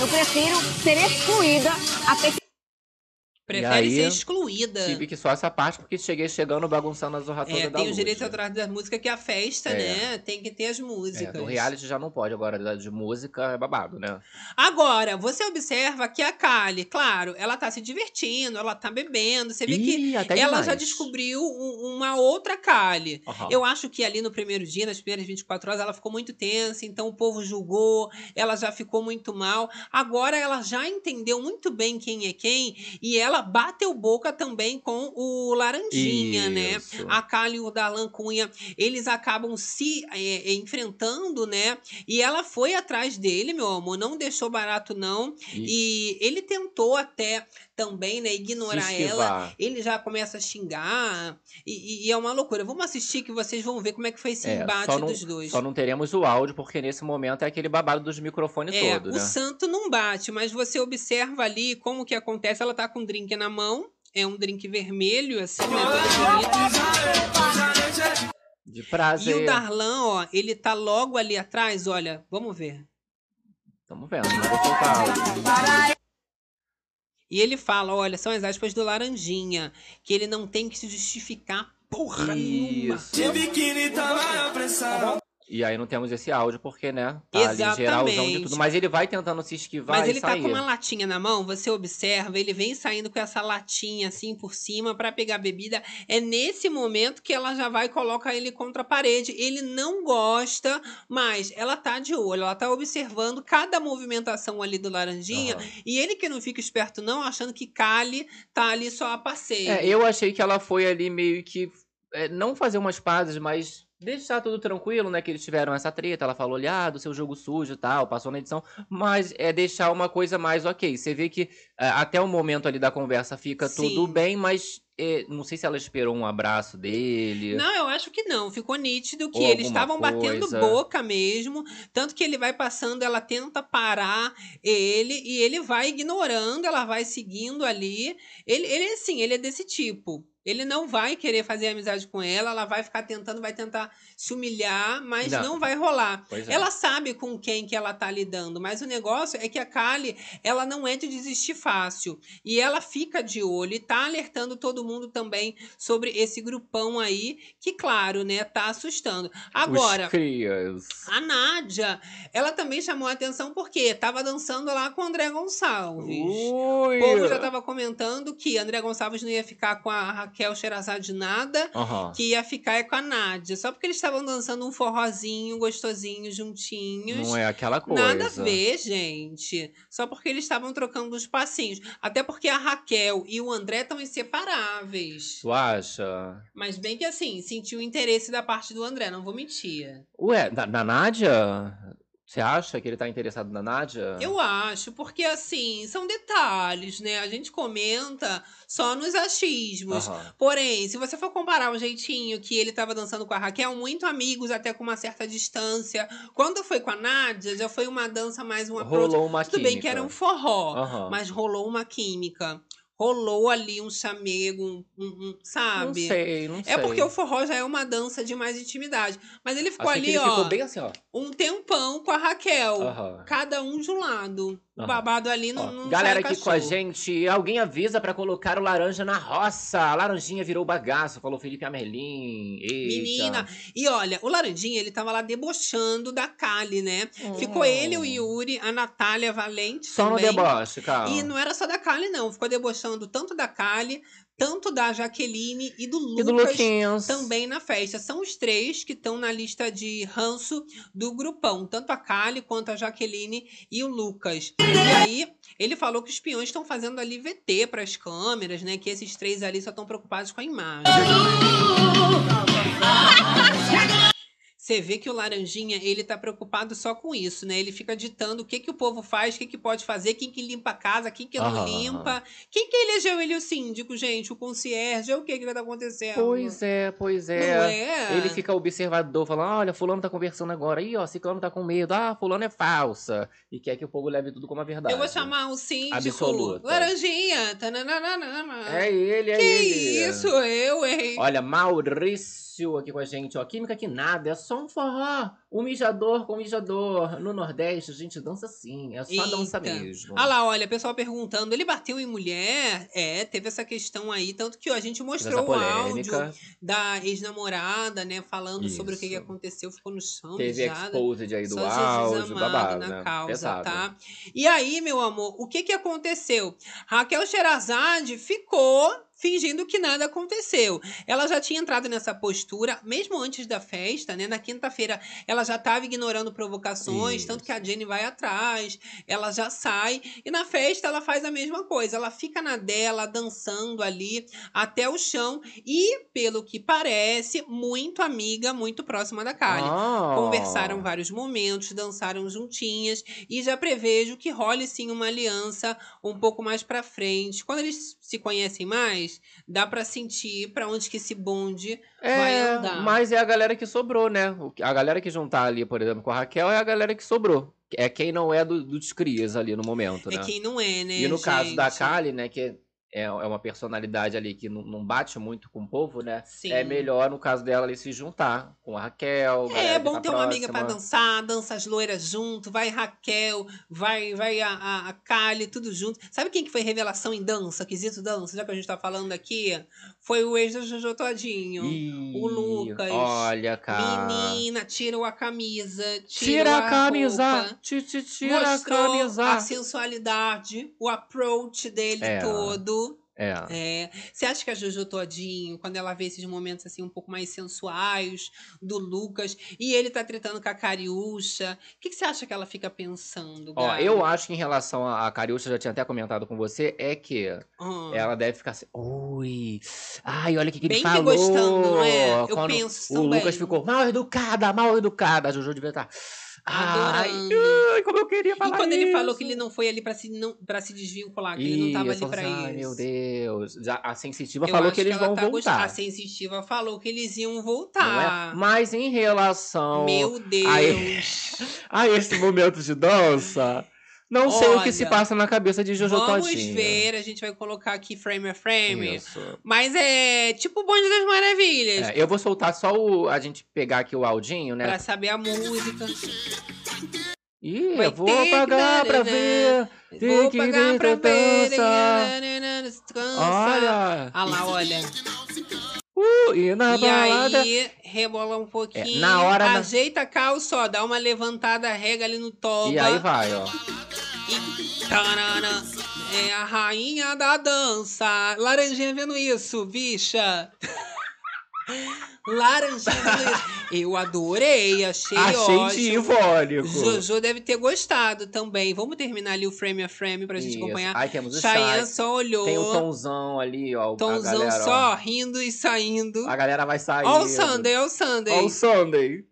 E: Eu prefiro ser excluída até que
A: Prefere
B: aí,
A: ser excluída.
B: Tive que só essa parte porque cheguei chegando bagunçando a zorra toda
A: É,
B: da
A: tem
B: luz.
A: os direitos atrás das músicas, que é a festa,
B: É.
A: né? Tem que ter as
B: É,
A: músicas.
B: do reality já não pode, agora da de música é babado, né?
A: Agora, você observa que a Kali, claro, ela tá se divertindo, ela tá bebendo. Você vê que
B: Ih, até
A: ela já
B: demais.
A: descobriu um- uma outra Kali.
B: Aham.
A: Eu acho que ali no primeiro dia, nas primeiras 24 horas, ela ficou muito tensa, então o povo julgou, ela já ficou muito mal. Agora ela já entendeu muito bem quem é quem e ela bateu boca também com o Laranjinha, né?
B: Isso.
A: A Kali e o Darlan Cunha, eles acabam se é, é, enfrentando, né? E ela foi atrás dele, meu amor, não deixou barato, não. E, ele tentou até também, né, ignorar ela
B: Se esquivar.
A: ele já começa a xingar e, e- e é uma loucura. Vamos assistir que vocês vão ver como é que foi esse
B: É,
A: embate
B: só não-
A: dos dois.
B: Só não teremos o áudio, porque nesse momento é aquele babado dos microfones
A: é,
B: todo,
A: o
B: né?
A: santo não bate, mas você observa ali como que acontece. Ela tá com um drink na mão, é um drink vermelho, assim, né? todo bonito.
B: De
A: E
B: prazer.
A: o Darlan, ó, ele tá logo ali atrás, olha, vamos ver.
B: Tamo vendo, não vou soltar áudio.
A: E ele fala, olha, são as aspas do Laranjinha, que ele não tem que se justificar porra nenhuma.
B: Isso. E aí não temos esse áudio, porque, né? Tá ali
A: Exatamente.
B: geralzão de tudo. Mas ele vai tentando se esquivar
A: Mas
B: e
A: ele tá
B: sair.
A: com uma latinha na mão, você observa, ele vem saindo com essa latinha assim por cima pra pegar bebida. É nesse momento que ela já vai e coloca ele contra a parede. Ele não gosta, mas ela tá de olho, ela tá observando cada movimentação ali do laranjinha.
B: Aham.
A: E ele que não fica esperto não, achando que Kali tá ali só a passeio.
B: É, eu achei que ela foi ali meio que. é, não fazer umas pazes, mas deixar tudo tranquilo, né? Que eles tiveram essa treta. Ela falou ali, ah, do seu jogo sujo e tal, passou na edição. Mas é deixar uma coisa mais ok. Você vê que é, até o momento ali da conversa fica tudo
A: Sim.
B: bem, mas é, não sei se ela esperou um abraço dele.
A: Não, eu acho que não. Ficou nítido que
B: Ou
A: eles
B: alguma
A: estavam batendo
B: coisa.
A: boca mesmo. Tanto que ele vai passando, ela tenta parar ele e ele vai ignorando, ela vai seguindo ali. Ele, ele assim, ele é desse tipo. Ele não vai querer fazer amizade com ela, ela vai ficar tentando, vai tentar se humilhar, mas
B: Não.
A: não, vai rolar.
B: Pois é.
A: Ela sabe com quem que ela tá lidando, mas o negócio é que a Kali, ela não é de desistir fácil. E ela fica de olho e tá alertando todo mundo também sobre esse grupão aí, que claro, né, tá assustando. Agora,
B: Os crias.
A: a Nádia, ela também chamou a atenção porque tava dançando lá com o André Gonçalves.
B: Ui.
A: O povo já tava comentando que André Gonçalves não ia ficar com a Raquel Sherazade nada,
B: Aham.
A: que ia ficar é com a Nádia. Só porque eles estavam dançando um forrozinho, gostosinho, juntinhos.
B: Não é aquela coisa.
A: Nada a ver, gente. Só porque eles estavam trocando os passinhos. Até porque a Raquel e o André estão inseparáveis.
B: Tu acha?
A: Mas bem que assim, sentiu interesse da parte do André, não vou mentir.
B: Ué, na, na Nádia? Você acha que ele tá interessado na Nádia?
A: Eu acho, porque assim, são detalhes, né? A gente comenta só nos achismos.
B: Aham.
A: Porém, se você for comparar o jeitinho que ele tava dançando com a Raquel, muito amigos, até com uma certa distância. Quando foi com a Nádia, já foi uma dança mais uma
B: Rolou uma
A: Tudo bem que era um
B: química.
A: forró,
B: Aham.
A: mas rolou uma química. Rolou ali um chamego, um, um- um-
B: Não
A: sabe?
B: sei, não sei.
A: É porque o forró já é uma dança de mais intimidade. Mas ele ficou
B: Achei que
A: ali,
B: ele
A: ó,
B: ficou bem assim, ó.
A: um tempão com a Raquel.
B: Aham.
A: Cada um de um lado. O
B: Aham.
A: babado ali
B: Ó,
A: não, não
B: galera
A: sai
B: aqui com a
A: cachorro.
B: gente, alguém avisa pra colocar o laranja na roça. A laranjinha virou bagaço, falou Felipe Amerlin. Eita.
A: Menina, e olha, o Laranjinha, ele tava lá debochando da Kali, né? Ficou
B: Hum.
A: ele, o Yuri, a Natália Valente
B: Só no
A: também.
B: deboche, cara.
A: E não era só da Kali, não. Ficou debochando tanto da Kali, tanto da Jaqueline e do Lucas.
B: E do Luquinhos.
A: Também na festa. São os três que estão na lista de ranço do grupão. Tanto a Kali quanto a Jaqueline e o Lucas. E aí, ele falou que os peões estão fazendo ali VT para as câmeras, né? Que esses três ali só estão preocupados com a imagem. Você vê que o Laranjinha, ele tá preocupado só com isso, né? Ele fica ditando o que que o povo faz, o que que pode fazer, quem que limpa a casa, quem que não
B: Ah.
A: limpa. Quem que elegeu ele o síndico, gente? O concierge? É o que que vai tá acontecendo?
B: Pois é, pois
A: Não
B: é.
A: é?
B: Ele fica observador, falando: olha, fulano tá conversando agora. Ih, ó, ciclano tá com medo. Ah, fulano é falsa. E quer que o povo leve tudo como a verdade.
A: Eu vou chamar o síndico.
B: Absoluta.
A: Laranjinha. tananana.
B: É ele, é
A: que
B: ele.
A: isso, eu errei.
B: Olha, Maurício aqui com a gente, ó. Química que nada, é só um forró. Um mijador com mijador. No Nordeste, a gente dança assim, é só dança
A: Eita.
B: mesmo.
A: Ah lá, olha, pessoal perguntando, ele bateu em mulher? É, teve essa questão aí, tanto que ó, a gente
B: Dessa
A: mostrou o áudio
B: polêmica,
A: da ex-namorada, né, falando sobre o que, que
B: Isso.
A: aconteceu, ficou no chão,
B: teve
A: mijada.
B: exposed aí do
A: Só Jesus
B: áudio,
A: amado
B: babado,
A: na
B: né?
A: causa,
B: Pesado.
A: tá? E aí, meu amor, o que que aconteceu? Raquel Sherazade ficou fingindo que nada aconteceu. Ela já tinha entrado nessa postura, mesmo antes da festa, né? Na quinta-feira, ela já estava ignorando provocações, tanto que a Jenny vai atrás, ela já sai. E na festa, ela faz a mesma coisa. Ela fica na dela, dançando ali, até o chão. E, pelo que parece, muito amiga, muito próxima da Kali.
B: Ah.
A: Conversaram vários momentos, dançaram juntinhas e já prevejo que role sim uma aliança um pouco mais pra frente. Quando eles se conhecem mais, dá pra sentir pra onde que esse bonde. vai
B: É,
A: andar.
B: mas é a galera que sobrou, né? O que- A galera que juntar ali, por exemplo, com a Raquel é a galera que sobrou. É quem não é do, dos crias ali no momento, né?
A: É quem não é, né?
B: E no caso da
A: gente?
B: Kali, né, que é, é uma personalidade ali que não, não bate muito com o povo, né?
A: Sim.
B: É melhor, no caso dela, ali se juntar com a Raquel.
A: É,
B: galera que
A: bom
B: tá
A: ter uma amiga pra
B: próxima.
A: dançar, dança as loiras junto, vai Raquel, vai vai a, a, a Kali, tudo junto. Sabe quem que foi revelação em dança, quesito dança, já que a gente tá falando aqui? Foi o ex da Jojo Todinho.
B: Ih,
A: o Lucas.
B: Olha, cara.
A: Menina, tirou a camisa, tirou
B: Tira a
A: roupa,
B: camisa! ti- ti- Tira a
A: mostrou
B: camisa!
A: a sensualidade, o approach dele
B: É.
A: todo.
B: É.
A: É. Você acha que a Jojo Todinho, quando ela vê esses momentos assim um pouco mais sensuais do Lucas, e ele tá tretando com a Cariúcha, o que, que você acha que ela fica pensando?
B: Ó,
A: Gabi?
B: eu acho que em relação a, a Cariúcha, eu já tinha até comentado com você, é que
A: Ah.
B: ela deve ficar assim, ui, ai, olha o que, que ele
A: Bem que
B: falou.
A: gostando, não é? Eu
B: Quando
A: penso
B: O
A: também.
B: Lucas ficou mal educada, mal educada. A Jojo devia estar. Ai,
A: Adorando.
B: ai, como eu queria falar
A: E quando ele falou
B: isso."
A: que ele não foi ali pra se, não, pra se desvincular, que ele não tava
B: Isso,
A: ali pra
B: assim,
A: isso.
B: Ai, meu Deus. Já, a sensitiva
A: Eu
B: falou
A: acho
B: que eles
A: ela
B: vão
A: tá gost-
B: voltar.
A: A sensitiva falou que eles iam
B: não é?
A: voltar.
B: Mas em relação
A: tá. Meu Deus.
B: a, e- a esse momento de dança, não sei o que se
A: Olha,
B: passa na cabeça de Jojo
A: Vamos
B: Todinho.
A: ver, a gente vai colocar aqui frame a frame.
B: assim, né? Isso.
A: Mas é tipo o Bonde das Maravilhas.
B: É, eu vou soltar só o. A gente pegar aqui o Aldinho, né?
A: Pra saber a música.
B: Ih,
A: Vai
B: eu vou
A: ter que
B: pagar
A: dar,
B: pra
A: né?
B: ver. Tem
A: Vou
B: que
A: pagar
B: ver
A: pra
B: tua
A: ver.
B: dança.
A: Descansa.
B: Olha.
A: Ah lá, olha.
B: Uh, e na
A: e
B: balada. É,
A: aí, rebola um pouquinho.
B: na hora né? da-
A: Ajeita a calça, ó. Dá uma levantada rega ali no toba.
B: E aí vai, ó.
A: E tarana, é a rainha da dança. Laranjinha vendo isso, bicha. Laranjinha vendo isso. Eu adorei, achei,
B: Achei de
A: ótimo.
B: ivônico.
A: Jojo deve ter gostado também. Vamos terminar ali o frame a frame pra gente
B: Isso.
A: acompanhar.
B: Aí temos o
A: Cheyenne
B: Chai.
A: só olhou.
B: Tem o Tomzão ali, ó. o- a
A: Tomzão
B: galera,
A: só rindo e saindo.
B: Ó. A galera vai sair.
A: Ó o Sunday, ó o Sunday.
B: Ó o Sunday.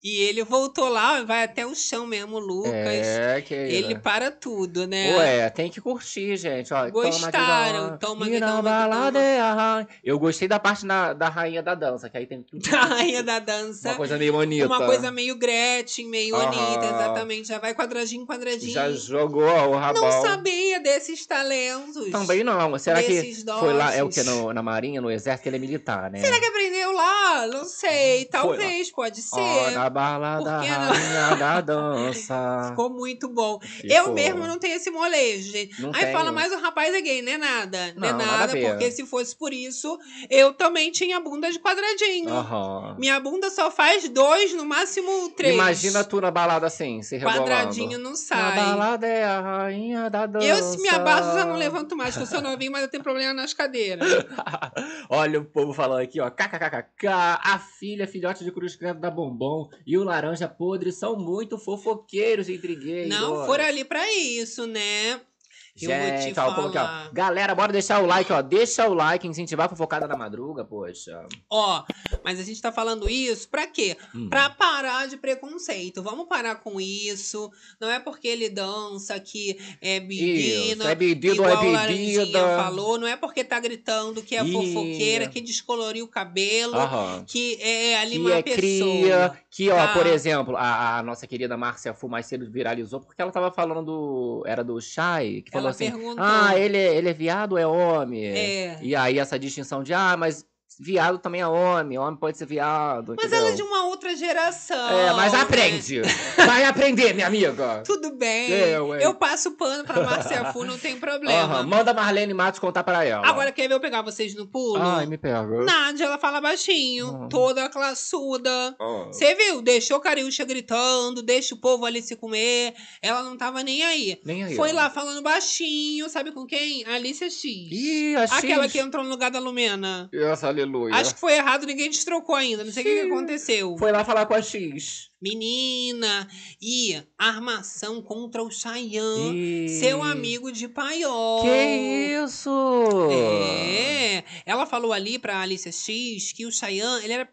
A: E ele voltou lá, vai até o chão mesmo, o Lucas.
B: É, que
A: Ele para tudo, né?
B: Ué, tem que curtir, gente. Ó,
A: Gostaram, toma
B: Toma
A: que
B: que
A: dá,
B: dá, e na
A: toma que
B: balada
A: dá.
B: é a rainha. Eu gostei da parte na- da rainha da dança, que aí tem tudo.
A: Da rainha da
B: Uma
A: dança.
B: coisa meio bonita.
A: Uma coisa meio Gretchen, meio
B: Aham.
A: Anitta, exatamente. Já vai quadradinho, quadradinho.
B: Já jogou o rabão.
A: não sabia desses talentos.
B: Também não. Será que
A: desses
B: foi lá? É o que?
A: dotes.
B: Na marinha, no exército, que ele é militar, né?
A: Será que aprendeu lá? Não sei. Talvez, pode ser.
B: Ó, na balada,
A: Por que não?
B: rainha da dança.
A: Ficou muito bom.
B: Ficou.
A: Eu mesmo não tenho esse molejo, gente.
B: Tipo, Não
A: Aí
B: tenho.
A: fala, mas o rapaz é gay, né? Nada. Não, é
B: Não, nada a
A: nada,
B: ver.
A: porque se fosse por isso, eu também tinha bunda de quadradinho.
B: Aham.
A: Minha bunda só faz dois, no máximo três.
B: Imagina tu na balada assim, se rebolando.
A: Quadradinho não
B: Na
A: sai.
B: balada é a rainha da dança.
A: Eu, se me abaixo, já não levanto mais, porque eu sou novinho, mas eu tenho problema nas cadeiras.
B: Olha o povo falando aqui, ó. KKKKK. A filha, filhote de cruz credo da Bombom e o laranja podre são muito fofoqueiros e intrigueiros.
A: Não foram ali pra isso, né? Eu vou te
B: Gente, ó, vou colocar, ó.
A: falar.
B: Galera, bora deixar o like, ó. Deixa o like, incentivar a fofocada da madruga, poxa.
A: Ó, mas a gente tá falando isso pra quê?
B: Hum.
A: Pra parar de preconceito. Vamos parar com isso. Não é porque ele dança que é
B: Isso,
A: menina.
B: é bebido ou
A: igual a
B: é
A: Laranjinha
B: bebida.
A: falou, não é porque tá gritando que é
B: Ih.
A: fofoqueira, que descoloriu o cabelo,
B: Aham.
A: que é ali
B: Ah. Que
A: uma
B: é
A: pessoa.
B: cria, que, ó,
A: tá?
B: por exemplo, a, a nossa querida Márcia Fu mais cedo viralizou porque ela tava falando do. Era do Shai, que falou
A: Ela
B: assim:
A: perguntou.
B: Ah, ele é, ele é viado ou é homem?
A: É.
B: E aí essa distinção de, ah, mas viado também é homem, homem pode ser viado.
A: Mas
B: entendeu?
A: ela é de uma outra geração.
B: É, mas
A: né?
B: aprende! Vai aprender, minha amiga!
A: Tudo bem.
B: É, ué.
A: eu passo pano pra Marcia Fu, não tem problema.
B: Aham, manda a Marlene Matos contar pra ela.
A: Agora, quer ver eu pegar vocês no pulo?
B: Ai, me pega.
A: Nádia, ela fala baixinho,
B: Ah.
A: toda classuda.
B: Ah.
A: Você viu? Deixou Cariúcha gritando, deixa o povo ali se comer. Ela não tava nem aí.
B: Nem aí.
A: Foi
B: ó.
A: lá falando baixinho, sabe com quem? Alicia X.
B: Ih, achei.
A: Aquela que entrou no lugar da Lumena.
B: Essa aleluia.
A: Acho que foi errado, ninguém destrocou ainda. Não sei o que, que aconteceu.
B: Foi lá falar com a X.
A: Menina, e armação contra o Chayanne,
B: Ih.
A: seu amigo de paiol.
B: Que isso?
A: É, ela falou ali pra Alicia X que o Chayanne, ele era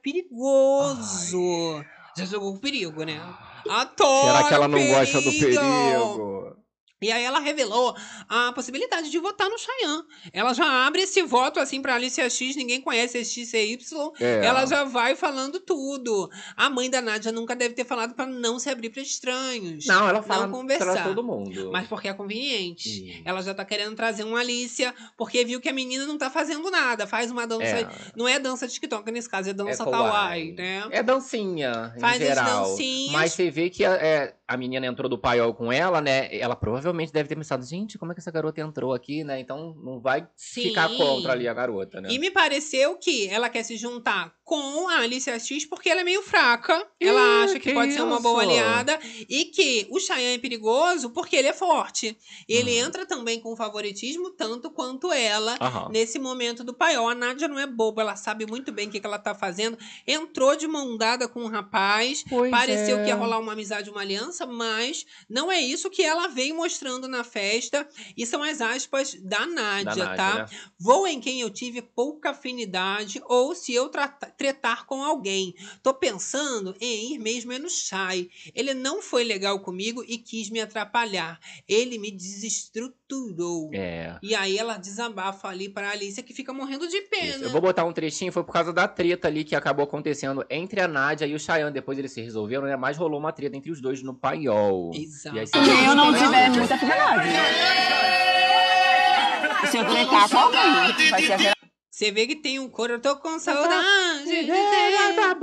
A: perigoso. Já jogou o perigo, né? Adoro
B: Ah. Será que ela não
A: perigo.
B: gosta do perigo?
A: E aí ela revelou a possibilidade de votar no Chayanne. Ela já abre esse voto assim pra Alicia X, ninguém conhece esse XCY.
B: É.
A: Ela já vai falando tudo. A mãe da Nádia nunca deve ter falado pra não se abrir pra estranhos.
B: Não, ela fala
A: não conversar.
B: pra todo mundo.
A: Mas porque é conveniente.
B: Sim.
A: Ela já tá querendo trazer uma Alicia, porque viu que a menina não tá fazendo nada. Faz uma dança.
B: É.
A: Não é dança TikTok nesse caso, é dança
B: É
A: Kawaii,
B: kawaii.
A: né?
B: É dancinha,
A: Faz
B: em
A: as
B: geral.
A: dancinhas.
B: Mas você vê que a, é, a menina entrou do paiol com ela, né? Ela provavelmente deve ter pensado, gente, como é que essa garota entrou aqui, né? Então não vai
A: Sim.
B: ficar contra ali a garota, né?
A: E me pareceu que ela quer se juntar com a Alicia X porque ela é meio fraca. ela
B: Ih,
A: acha que,
B: que
A: pode ser uma boa
B: isso?
A: aliada. E que o Cheyenne é perigoso porque ele é forte. Ele
B: Hum.
A: entra também com favoritismo, tanto quanto ela.
B: Aham.
A: Nesse momento do paiol, a Nádia não é boba, ela sabe muito bem o que, que ela tá fazendo. Entrou de mão dada com o rapaz,
B: Pois
A: pareceu
B: é.
A: que ia rolar uma amizade, uma aliança, mas não é isso que ela vem mostrando na festa. E são as aspas da
B: Da
A: Nádia,
B: Nádia,
A: tá?
B: né?
A: Vou em quem eu tive pouca afinidade ou se eu trata- tretar com alguém. Tô pensando em ir mesmo é no Chai. Ele não foi legal comigo e quis me atrapalhar. Ele me desestruturou.
B: É.
A: E aí ela desabafa ali pra Alicia, que fica morrendo de
B: Isso.
A: pena.
B: Eu vou botar um trechinho, foi por causa da treta ali que acabou acontecendo entre a Nádia e o Chayanne. Depois eles se resolveram, né? Mas rolou uma treta entre os dois no paiol.
A: Exato.
B: E aí,
E: Se eu não tiver muita afinidade. Se eu tretar com alguém, vai ser a
A: Você vê que tem um coro, eu tô
E: Tá,
A: com saudade. de ter.
B: É, tá,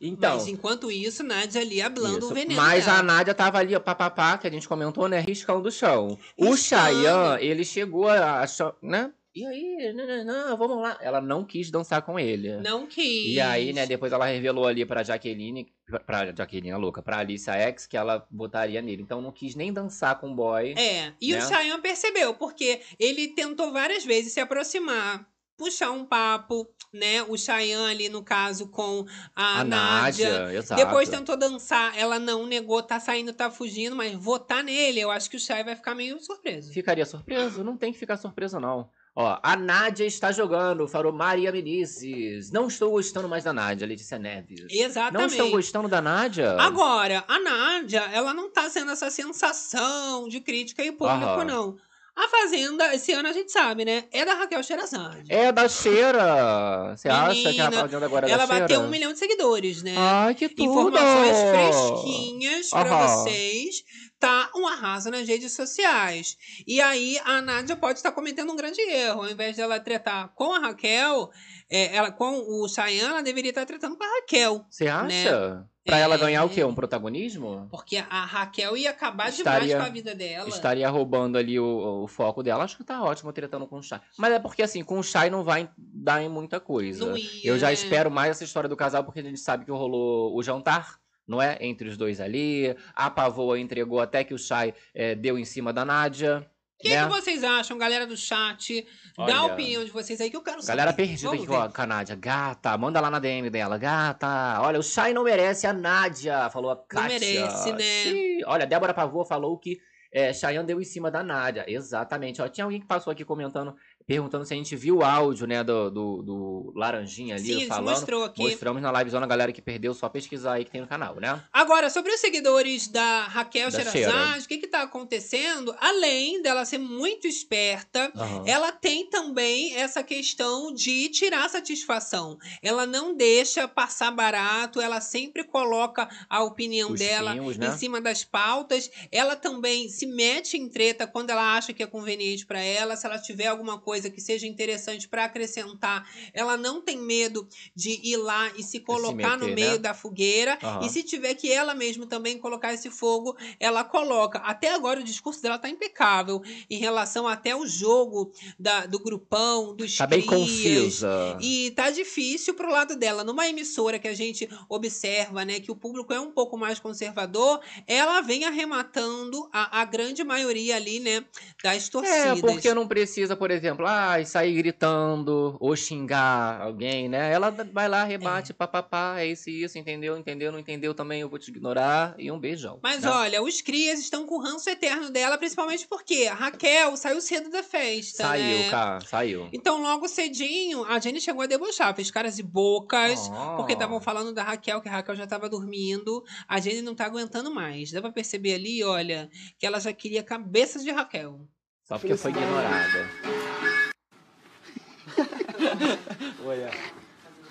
B: Então,
A: é. Mas enquanto isso, Nádia ali hablando
B: Isso.
A: o veneno. né?
B: Mas
A: dela.
B: a Nádia tava ali, ó, papapá, que a gente comentou, né? Riscando o chão. O
A: Riscando.
B: Chayanne, ele chegou a. a cho- né? E aí, não, não, não, vamos lá. Ela não quis dançar com ele.
A: Não quis.
B: E aí, né, depois ela revelou ali pra Jaqueline, pra- pra Jaqueline, a louca, pra Alicia X, que ela votaria nele. Então não quis nem dançar com o boy.
A: É, e o
B: né?
A: Chayanne percebeu, porque ele tentou várias vezes se aproximar, puxar um papo, né? O Chayanne ali, no caso, com a,
B: a
A: Nádia.
B: Nádia, exato.
A: Depois tentou dançar, ela não negou, tá saindo, tá fugindo, mas votar nele, eu acho que o Chay vai ficar meio surpreso.
B: Ficaria surpreso? Não tem que ficar surpreso, não. Ó, a Nádia está jogando, falou Maria Menezes. Não estou gostando mais da Nádia, Letícia Neves. Não
A: Exatamente.
B: estão gostando da Nádia?
A: Agora, a Nádia, ela não tá sendo essa sensação de crítica e público,
B: Aham.
A: não. A Fazenda, esse ano a gente sabe, né? É da Raquel Sherazade.
B: É da cheira. Você acha que a
A: Menina,
B: fazenda agora é
A: ela
B: da cheira?
A: bateu um milhão de seguidores, né?
B: Ai, que tudo!
A: Informações fresquinhas pra
B: Aham.
A: vocês. Tá um arraso nas redes sociais. E aí a Nádia pode estar cometendo um grande erro. Ao invés dela tretar com a Raquel, é, ela, com o Chayanne, ela deveria estar tretando com a Raquel.
B: Você acha? Pra
A: É.
B: ela ganhar o quê? Um protagonismo?
A: Porque a Raquel ia acabar demais
B: Estaria-
A: com a vida dela.
B: Estaria roubando ali o, o foco dela. Acho que tá ótimo tretando com o Shai. Mas é porque, assim, com o Shai não vai dar em muita coisa.
A: Não ia,
B: Eu já
A: né?
B: espero mais essa história do casal, porque a gente sabe que rolou o jantar, não é? Entre os dois ali. A Pavoa entregou até que o Shai eh, deu em cima da Nádia.
A: O que,
B: né?
A: que vocês acham, galera do chat? Dá
B: Olha.
A: a opinião de vocês aí que eu quero saber.
B: Galera perdida
A: Vamos
B: aqui
A: ver.
B: com a, com a Nádia. Gata, manda lá na DM dela. Gata, olha, o Shai não merece a Nádia, falou a Kátia.
A: merece, né?
B: Sim. Olha, a Débora Pavô falou que É, Cheyenne deu em cima da Nádia, exatamente. Ó, tinha alguém que passou aqui comentando, perguntando se a gente viu o áudio, né, do, do, do Laranjinha ali
A: Sim, a gente
B: falando.
A: mostrou aqui.
B: Mostramos na livezona, galera que perdeu, só pesquisar aí que tem no canal, né?
A: Agora, sobre os seguidores da Raquel
B: Da
A: Sherazade, o que está acontecendo? Além dela ser muito esperta,
B: Aham.
A: ela tem também essa questão de tirar satisfação. Ela não deixa passar barato, ela sempre coloca a opinião
B: Os
A: dela
B: pingos,
A: em
B: né?
A: cima das pautas. Ela também se mete em treta quando ela acha que é conveniente para ela. Se ela tiver alguma coisa que seja interessante para acrescentar, ela não tem medo de ir lá e se colocar no
B: meter,
A: meio
B: né?
A: da fogueira.
B: Aham.
A: E se tiver que ela mesma também colocar esse fogo, ela coloca. Até agora o discurso dela tá impecável em relação até o jogo da- do grupão, dos
B: Tá bem
A: crias.
B: confusa.
A: E tá difícil pro lado dela. Numa emissora que a gente observa, né, que o público é um pouco mais conservador, ela vem arrematando a, a grande maioria ali, né, das torcidas.
B: É, porque não precisa, por exemplo, ah, sair gritando ou xingar alguém, né? Ela d- vai lá, rebate, papapá, é isso e isso, entendeu? Entendeu? Não entendeu também, eu vou te ignorar e um beijão.
A: Mas
B: né?
A: olha, os crias estão com o ranço eterno dela, principalmente porque a Raquel saiu cedo da festa,
B: Saiu,
A: né?
B: cara, saiu.
A: Então, logo cedinho, a Jenny chegou a debochar, fez caras e bocas. Porque
B: Oh.
A: estavam falando da Raquel, que a Raquel já estava dormindo. A Jenny não tá aguentando mais. Dá pra perceber ali, olha, que ela já queria a cabeça de Raquel.
B: Só porque foi ignorada.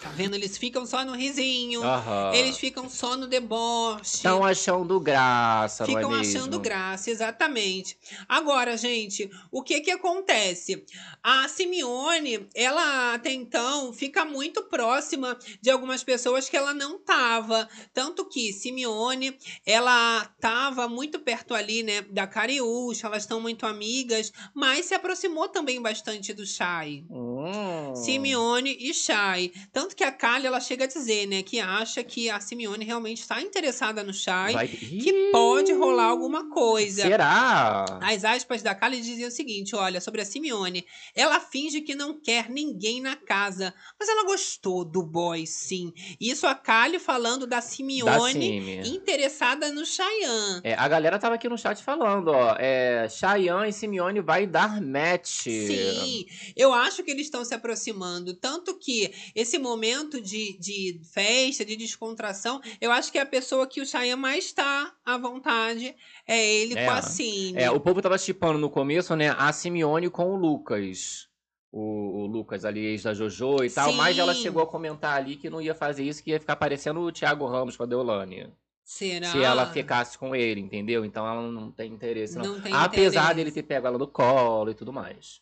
A: Tá vendo? Eles ficam só no risinho.
B: Aham.
A: Eles ficam só no deboche.
B: Estão achando graça, não Então, é
A: Ficam
B: mesmo?
A: achando graça, exatamente. Agora, gente, o que que acontece? A Simeone, ela até então fica muito próxima de algumas pessoas que ela não tava. Tanto que Simeone, ela tava muito perto ali, né, da Cariúcha, elas estão muito amigas, mas se aproximou também bastante do Chay.
B: Hum.
A: Simeone e Shai. Tanto que a Kali, ela chega a dizer, né, que acha que a Simeone realmente está interessada no Shai
B: Vai-
A: que
B: Ih,
A: pode rolar alguma coisa.
B: Será?
A: As aspas da Kali diziam o seguinte: olha, sobre a Simeone, ela finge que não quer ninguém na casa, mas ela gostou do boy, sim. Isso a Kali falando da
B: Da
A: Simeone
B: Simi.
A: interessada no Chayanne.
B: É, a galera tava aqui no chat falando, ó. É, Chayanne e Simeone vai dar match.
A: Sim, eu acho que eles estão se aproximando. Tanto que esse momento de, de festa, de descontração, eu acho que é a pessoa que o Chayanne mais está à vontade é ele
B: É.
A: com a Cine.
B: É, o povo tava chipando no começo, né? A Simeone com o Lucas. O, o Lucas ali, ex da Jojo e tal. Mas ela
A: Sim.
B: chegou a comentar ali que não ia fazer isso, que ia ficar parecendo o Thiago Ramos com a Deolane.
A: Será?
B: Se ela ficasse com ele, entendeu? Então ela não tem interesse, não.
A: Não tem
B: Apesar
A: interesse.
B: dele ter pego ela no colo e tudo mais.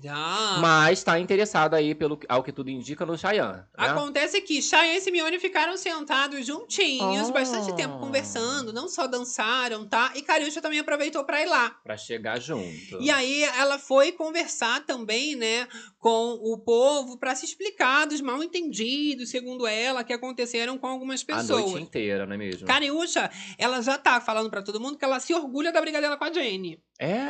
A: Será?
B: Mas tá interessado aí, pelo, ao que tudo indica, no Chayanne. Né?
A: Acontece que Chay e Simeone ficaram sentados juntinhos,
B: Oh.
A: bastante tempo conversando, não só dançaram, tá? E Cariúcha também aproveitou pra ir lá.
B: Pra chegar junto.
A: E aí ela foi conversar também, né, com o povo pra se explicar dos mal entendidos, segundo ela, que aconteceram com algumas
B: a noite
A: pessoas.
B: inteira, não é mesmo?
A: Cariúcha, ela já tá falando pra todo mundo que ela se orgulha da briga dela com a Jenny.
B: É.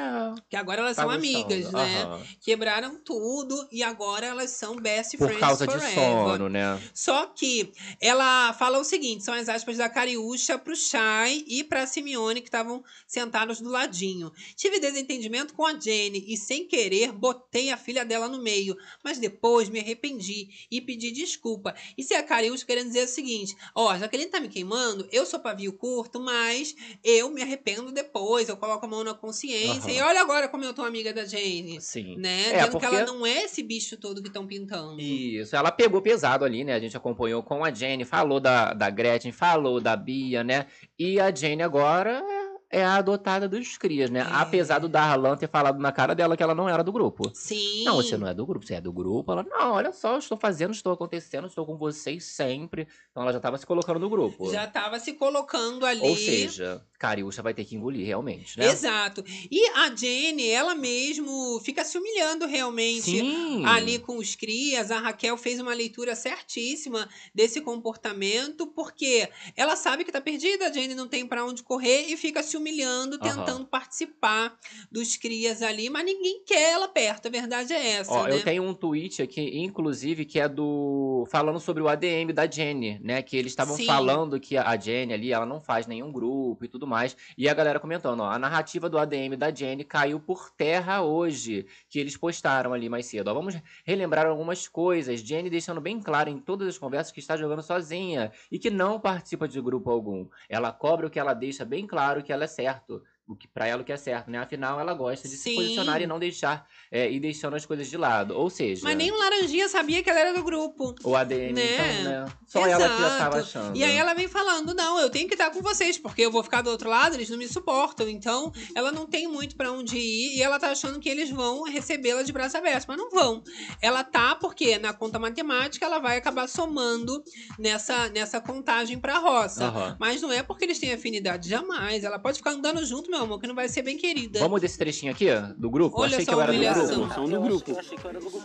A: Que agora elas
B: tá
A: são
B: gostando.
A: amigas, né?
B: Aham.
A: Quebraram tudo e agora elas são best
B: Por
A: friends
B: causa de
A: forever.
B: sono, né?
A: Só que ela fala o seguinte: são as aspas da Cariúcha pro Chay e pra Simeone, que estavam sentados do ladinho. Tive desentendimento com a Jenny e, sem querer, botei a filha dela no meio. Mas depois me arrependi e pedi desculpa. E se a Cariúcha querendo dizer o seguinte: ó, já que ele tá me queimando, eu sou pavio curto, mas eu me arrependo depois, eu coloco a mão na consciência.
B: Aham.
A: E olha agora como eu tô amiga da Jenny.
B: Sim.
A: Né?
B: É,
A: Vendo
B: porque-
A: que ela não é esse bicho todo que estão pintando.
B: Isso, ela pegou pesado ali, né? A gente acompanhou com a Jenny, falou da, da Gretchen, falou da Bia, né? E a Jenny agora é é a adotada dos crias, né?
A: É.
B: Apesar do Darlan ter falado na cara dela que ela não era do grupo.
A: Sim.
B: Não, você não é do grupo, você é do grupo. Ela, não, olha só, eu estou fazendo, estou acontecendo, estou com vocês sempre. Então ela já tava se colocando no grupo.
A: Já tava se colocando ali.
B: Ou seja, Cariúcha vai ter que engolir, realmente, né?
A: Exato. E a Jenny, ela mesmo fica se humilhando realmente.
B: Sim.
A: Ali com os crias, a Raquel fez uma leitura certíssima desse comportamento, porque ela sabe que tá perdida, a Jenny não tem pra onde correr e fica se humilhando,
B: Aham.
A: tentando participar dos crias ali, mas ninguém quer ela perto, a verdade é essa,
B: Ó,
A: né?
B: eu tenho um tweet aqui, inclusive, que é do. falando sobre o ADM da Jenny, né? Que eles estavam
A: Sim.
B: falando que a Jenny ali, ela não faz nenhum grupo e tudo mais. E a galera comentando, ó, a narrativa do ADM da Jenny caiu por terra hoje, que eles postaram ali mais cedo. Ó, vamos relembrar algumas coisas. Jenny deixando bem claro em todas as conversas que está jogando sozinha e que não participa de grupo algum. Ela cobra o que ela deixa bem claro que ela é certo. O que para ela o que é certo, né? Afinal, ela gosta de se
A: Sim.
B: posicionar e não deixar é, e deixando as coisas de lado. Ou seja,
A: Mas nem o Laranjinha sabia que ela era do grupo.
B: o ADM,
A: né?
B: então, né? Só ela que já
A: Exato.
B: tava achando.
A: E aí ela vem falando: não, eu tenho que estar com vocês, porque eu vou ficar do outro lado, eles não me suportam. Então, ela não tem muito pra onde ir e ela tá achando que eles vão recebê-la de braço aberto, mas não vão. Ela tá, porque na conta matemática ela vai acabar somando nessa, nessa contagem pra roça.
B: Aham.
A: Mas não é porque eles têm afinidade, jamais. Ela pode ficar andando junto, meu amor, que não vai ser bem querida.
B: Vamos desse trechinho aqui, ó, do grupo?
A: Olha
B: Achei
A: só
B: que eu
A: a
B: era do
A: humilhação.
B: grupo.
F: São do grupo.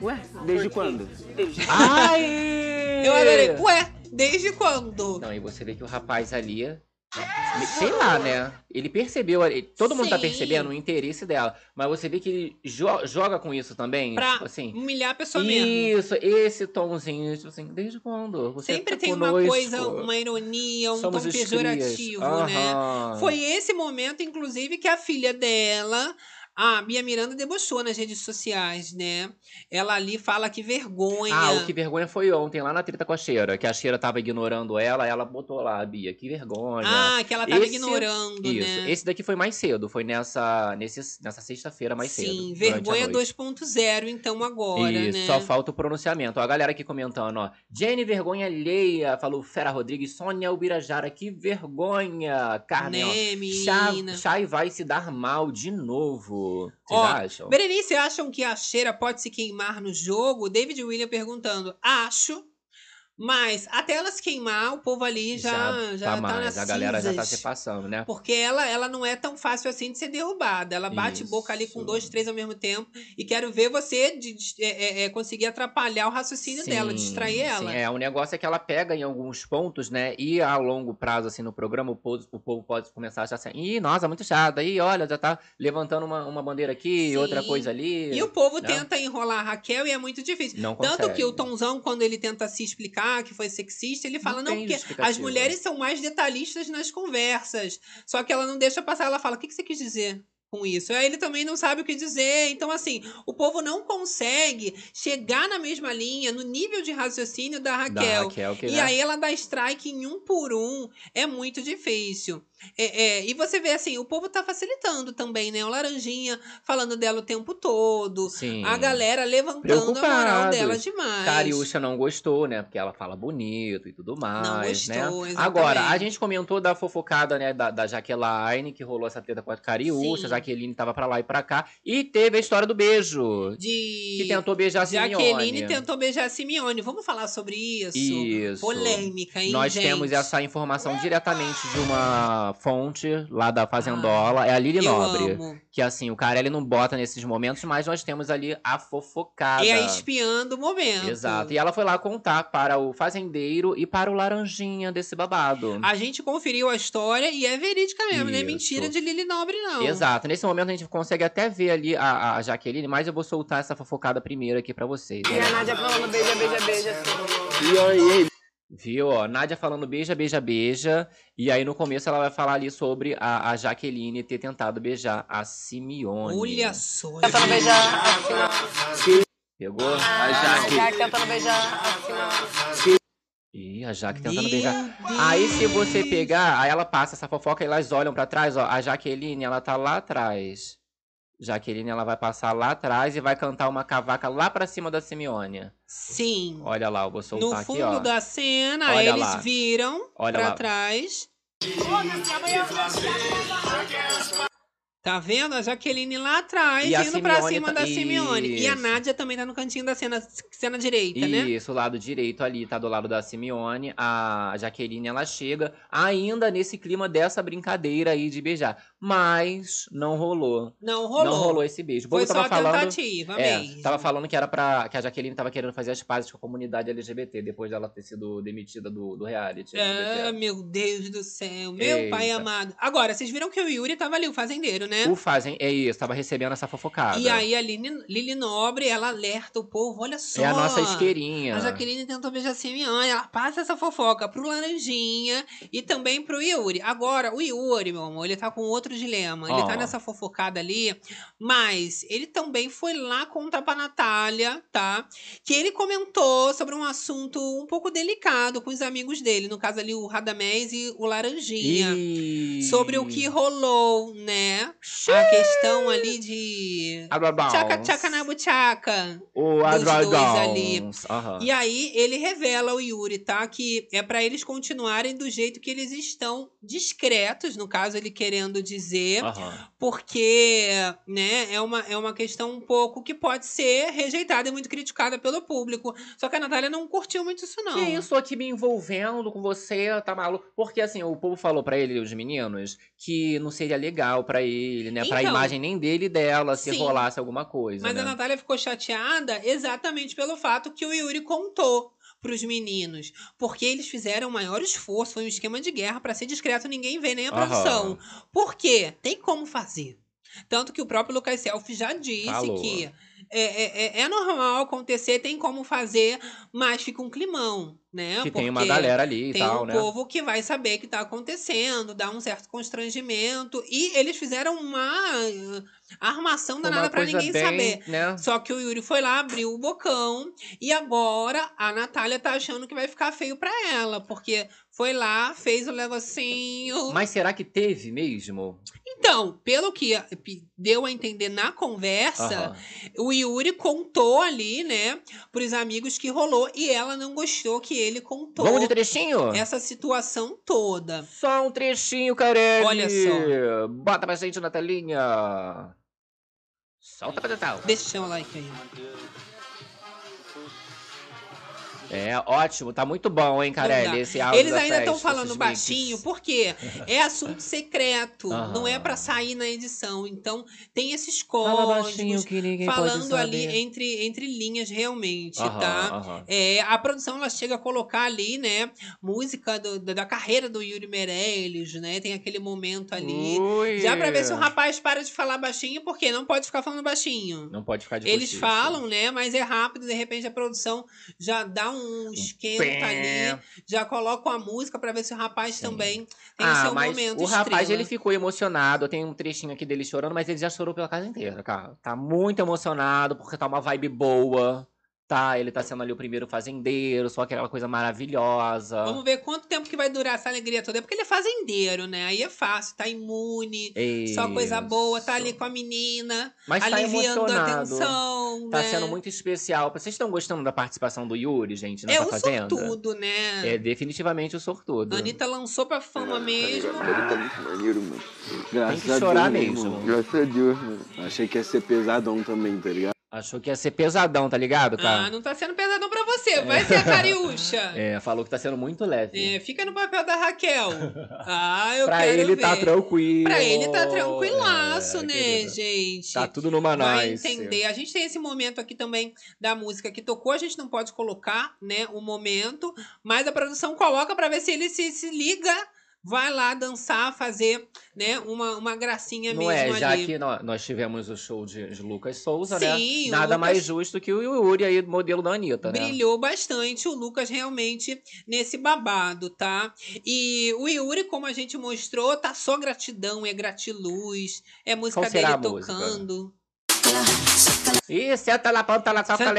E: Ué?
F: Desde quando?
B: Ai!
A: Eu adorei. Ué, desde quando?
B: Não, e você vê que o rapaz ali. Sei lá, né? Ele percebeu. ele- Todo mundo tá
A: Sim.
B: percebendo o interesse dela. Mas você vê que ele jo- joga com isso também.
A: Pra
B: Tipo assim.
A: humilhar a pessoa mesmo.
B: Isso, esse tomzinho, tipo assim, desde quando? Você
A: Sempre
B: tá
A: tem uma
B: conosco?
A: coisa, uma ironia, um
B: Somos
A: tom
B: os crias.
A: pejorativo, né?
B: Aham.
A: Foi esse momento, inclusive, que a filha dela, a Bia Miranda, debochou nas redes sociais, né? Ela ali fala que vergonha.
B: Ah, o que vergonha foi ontem, lá na treta com a Cheira, que a Cheira tava ignorando ela, ela botou lá, Bia, que vergonha.
A: Ah, que ela tava
B: Esse- é
A: ignorando,
B: Isso.
A: né?
B: Esse é daqui foi mais cedo, foi nessa, nesse, nessa sexta-feira mais cedo.
A: Sim,
B: durante a
A: vergonha
B: noite.
A: 2.0, então, agora,
B: Isso,
A: né?
B: só falta o pronunciamento. Ó, a galera aqui comentando, ó. Jenny Vergonha Alheia, falou Fera Rodrigues, Sônia Ubirajara, que vergonha, Carmen. ó.
A: né,
B: Chá-
A: menina?
B: Chay vai se dar mal de novo. Vocês
A: Ó,
B: acham?
A: Berenice, acham que a cheira pode se queimar no jogo? David William perguntando. Acho. Mas até ela se queimar, o povo ali já, já, tá,
B: mais,
A: nas
B: a galera já tá
A: cinzas.
B: se passando, né?
A: Porque ela, ela não é tão fácil assim de ser derrubada. Ela bate
B: Isso.
A: boca ali com dois, três ao mesmo tempo. E quero ver você de- de- é, é, é, conseguir atrapalhar o raciocínio dela, distrair
B: sim.
A: ela.
B: É, o negócio é que ela pega em alguns pontos, né? E a longo prazo, assim, no programa, o povo, o povo pode começar a achar assim, ih, nossa, muito chato. Aí, olha, já tá levantando uma, uma bandeira aqui,
A: Sim.
B: outra coisa ali.
A: E o povo
B: Não.
A: tenta enrolar a Raquel e é muito difícil.
B: Não
A: Tanto
B: consegue.
A: que é? o Tonzão, quando ele tenta se explicar que foi sexista, ele fala, não,
B: tem
A: porque as
B: justificativa."
A: mulheres são mais detalhistas nas conversas. Só que ela não deixa passar, ela fala, o que, que você quis dizer? Com isso. Aí ele também não sabe o que dizer. Então, assim, o povo não consegue chegar na mesma linha, no nível de raciocínio da
B: Da
A: Raquel. é.
B: Raquel que,
A: E
B: né?
A: aí ela dá strike em um por um. É muito difícil. É, é, e você vê assim, o povo tá facilitando também, né? O Laranjinha falando dela o tempo todo.
B: Sim.
A: A galera levantando a moral
B: Preocupados.
A: dela demais.
B: Cariúcha não gostou, né? Porque ela fala bonito e tudo mais,
A: Não gostou,
B: né?
A: exatamente.
B: Agora, a gente comentou da fofocada, né, da, da Jaqueline, que rolou essa treta com a Cariúcha,
A: Sim.
B: a Jaqueline tava pra lá e pra cá, e teve a história do beijo, que
A: De
B: tentou beijar a Simeone.
A: Jaqueline tentou beijar a Simeone. Vamos falar sobre isso?
B: Isso.
A: Polêmica, hein,
B: Nós
A: gente?
B: temos essa informação diretamente de uma fonte lá da Fazendola, é a Lili
A: Ah, Eu
B: Nobre.
A: amo.
B: Que assim, o Carelli não bota nesses momentos, mas nós temos ali a fofocada.
A: E a espiando o momento.
B: Exato. E ela foi lá contar para o fazendeiro e para o laranjinha desse babado.
A: A gente conferiu a história e é verídica mesmo, não é
B: Isso.
A: mentira de Lili Nobre, não.
B: Exato. Nesse momento a gente consegue até ver ali a, a Jaqueline, mas eu vou soltar essa fofocada primeiro aqui pra vocês.
E: E a Nádia falando beija, beija, beija. assim.
D: E aí,
B: Viu? Ó, Nádia falando beija, beija, beija. E aí no começo ela vai falar ali sobre a, a Jaqueline ter tentado beijar a Simeone.
A: Olha só.
E: Tentando
A: gente.
E: beijar assim.
B: Pegou?
D: a
E: ó. Já
D: Jaque.
E: que tentando beijar assim. ó.
B: Ih, a Jaque tentando beijar. Aí se você pegar, aí ela passa essa fofoca e elas olham pra trás, ó. A Jaqueline, ela tá lá atrás. Jaqueline, ela vai passar lá atrás e vai cantar uma cavaca lá pra cima da Simeone.
A: Sim.
B: Olha lá, eu vou
A: No
B: soltar aqui,
A: fundo
B: ó.
A: da cena,
B: Olha
A: eles
B: lá.
A: viram
B: Olha
A: pra
B: lá.
A: trás. Tá vendo? A Jaqueline lá atrás,
B: E a
A: indo pra
B: Simeone
A: cima
B: tá-
A: da Simeone. E a
B: Isso.
A: Nádia também tá no cantinho da cena, cena direita, né?
B: Isso, o lado direito ali, tá do lado da Simeone. A Jaqueline, ela chega ainda nesse clima dessa brincadeira aí de beijar. mas não rolou.
A: Não rolou.
B: Não rolou esse beijo. O
A: Foi
B: Bobo
A: só
B: tava
A: a
B: falando.
A: tentativa
B: É,
A: mesmo.
B: tava falando que era pra. que a Jaqueline tava querendo fazer as pazes com a comunidade LGBT depois dela ter sido demitida do, do reality.
A: Ah,
B: LGBT.
A: meu Deus do céu, meu pai
B: Eita.
A: amado. Agora, vocês viram que o Yuri tava ali, o fazendeiro, né?
B: O fazem, é isso, tava recebendo essa fofocada.
A: E aí a Lili, Lili Nobre, ela alerta o povo, olha só.
B: é a nossa isqueirinha.
A: A Jaqueline tentou beijar a Simeone, ela passa essa fofoca pro Laranjinha e também pro Yuri. Agora, o Yuri, meu amor, ele tá com outro dilema. Ele
B: Ó.
A: tá nessa fofocada ali, mas ele também foi lá contar pra Natália, tá? Que ele comentou sobre um assunto um pouco delicado com os amigos dele, no caso ali o Radamés e o Laranjinha.
B: Ih.
A: Sobre o que rolou, né? A questão ali de.
B: Abrabals.
A: Tchaca, tchaca na buchaca.
B: O
A: dos dois
B: Abrabals.
A: ali.
B: Aham.
A: E aí ele revela ao Yuri, tá? Que é pra eles continuarem do jeito que eles estão discretos, no caso ele querendo dizer,
B: Aham.
A: porque, né, é uma, é uma questão um pouco que pode ser rejeitada e muito criticada pelo público. Só que a Natália não curtiu muito isso não.
B: Que isso aqui me envolvendo com você, tá maluco? Porque assim, o povo falou pra ele, os meninos, que não seria legal pra ele, né? pra
A: Então.
B: imagem nem dele e dela se
A: Sim.
B: rolasse alguma coisa.
A: Mas é
B: né?
A: a Natália ficou chateada exatamente pelo fato que o Yuri contou pros meninos, porque eles fizeram o maior esforço, foi um esquema de guerra pra ser discreto, ninguém vê nem a produção.
B: Aham.
A: Por quê? Tem como fazer. Tanto que o próprio Lucas Self já disse
B: Falou.
A: que é, é- é- é normal acontecer, tem como fazer, mas fica um climão, né?
B: que tem uma
A: Porque
B: galera ali e
A: tem
B: tal,
A: um
B: né?
A: povo que vai saber que tá acontecendo, dá um certo constrangimento. E eles fizeram uma eh, armação
B: Uma
A: danada pra
B: coisa
A: ninguém
B: bem,
A: saber.
B: Né?
A: Só que o Yuri foi lá, abriu o bocão. E agora a Natália tá achando que vai ficar feio pra ela. Porque foi lá, fez o negocinho.
B: Mas será que teve mesmo?
A: Então, pelo que a- pe- deu a entender na conversa,
B: Aham.
A: o Yuri contou ali, né, pros amigos que rolou. E ela não gostou que ele contou
B: Vamos de trechinho?
A: essa situação toda.
B: Só um trechinho, Carelli.
A: Olha só.
B: Bota pra gente na telinha. Solta pra Natal.
A: Deixa o like aí.
B: É, ótimo. Tá muito bom, hein,
A: Não dá.
B: Carelli, esse áudio
A: Eles
B: da
A: ainda
B: festa,
A: estão falando
B: esses
A: baixinho,
B: mix.
A: porque é assunto secreto,
B: Aham.
A: não é pra sair na edição. Então, tem esses
B: Fala baixinho
A: códigos
B: que ninguém
A: tipo
B: pode
A: assim, falando
B: saber.
A: ali entre, entre linhas realmente,
B: Aham,
A: tá?
B: aham.
A: É, a produção ela chega a colocar ali, né, música do- da da carreira do Yuri Meirelles, né? Tem aquele momento ali.
B: Ui.
A: Já pra ver se o rapaz para de falar baixinho, porque não pode ficar falando baixinho.
B: Não pode ficar de
A: Eles
B: bochicha.
A: falam, né? Mas é rápido, de repente a produção já dá um esquenta ali
B: Pé.
A: já colocam a música pra ver se o rapaz
B: Sim.
A: também tem o
B: Ah,
A: seu
B: mas
A: momento
B: o rapaz,
A: estrela.
B: ele ficou emocionado. Tem um trechinho aqui dele chorando, mas ele já chorou pela casa inteira, cara. Tá muito emocionado, porque tá uma vibe boa, tá? Ele tá sendo ali o primeiro fazendeiro, só aquela coisa maravilhosa.
A: Vamos ver quanto tempo que vai durar essa alegria toda. É Porque ele é fazendeiro, né? Aí é fácil, tá imune, só coisa boa, tá ali com a menina,
B: Mas tá
A: aliviando
B: emocionado.
A: a tensão,
B: Tá
A: né?
B: sendo muito especial. Vocês estão gostando da participação do Yuri, gente,
A: É
B: nessa
A: um
B: fazenda?
A: sortudo, né?
B: É definitivamente o sortudo.
A: Anitta lançou pra fama mesmo.
D: Ele tá muito maneiro, mano.
B: Tem
F: Graças
B: que chorar
F: a Deus,
B: mesmo.
F: irmão.
D: Graças a Deus, mano.
F: Achei que ia ser pesadão também, tá ligado?
B: Achou que ia ser pesadão, tá ligado,
A: Ah,
B: cara?
A: não tá sendo pesadão pra você, vai ser a cariúcha.
B: É, falou que tá sendo muito leve.
A: É, fica no papel da Raquel. Ah, eu
B: pra
A: quero
B: ele
A: ver.
B: tá tranquilo.
A: Pra ele tá tranquilaço,
B: É,
A: né,
B: querida.
A: gente?
B: Tá tudo numa
A: Vai
B: nice.
A: entender. A gente tem esse momento aqui também da música que tocou, a gente não pode colocar, né, o momento, mas a produção coloca pra ver se ele se, se liga, vai lá dançar, fazer, né, uma, uma gracinha
B: Não
A: mesmo
B: é, já
A: ali.
B: que nó- nós tivemos o show de de Lucas Souza,
A: Sim, o
B: né? Nada
A: Lucas-
B: mais justo que o Yuri aí, modelo da Anitta, né?
A: Brilhou bastante o Lucas realmente nesse babado, tá? E o Yuri, como a gente mostrou, tá só gratidão, é gratiluz, é música
B: Qual será
A: dele
B: a música?
A: tocando.
B: Ih, senta lá, ponta lá, senta lá.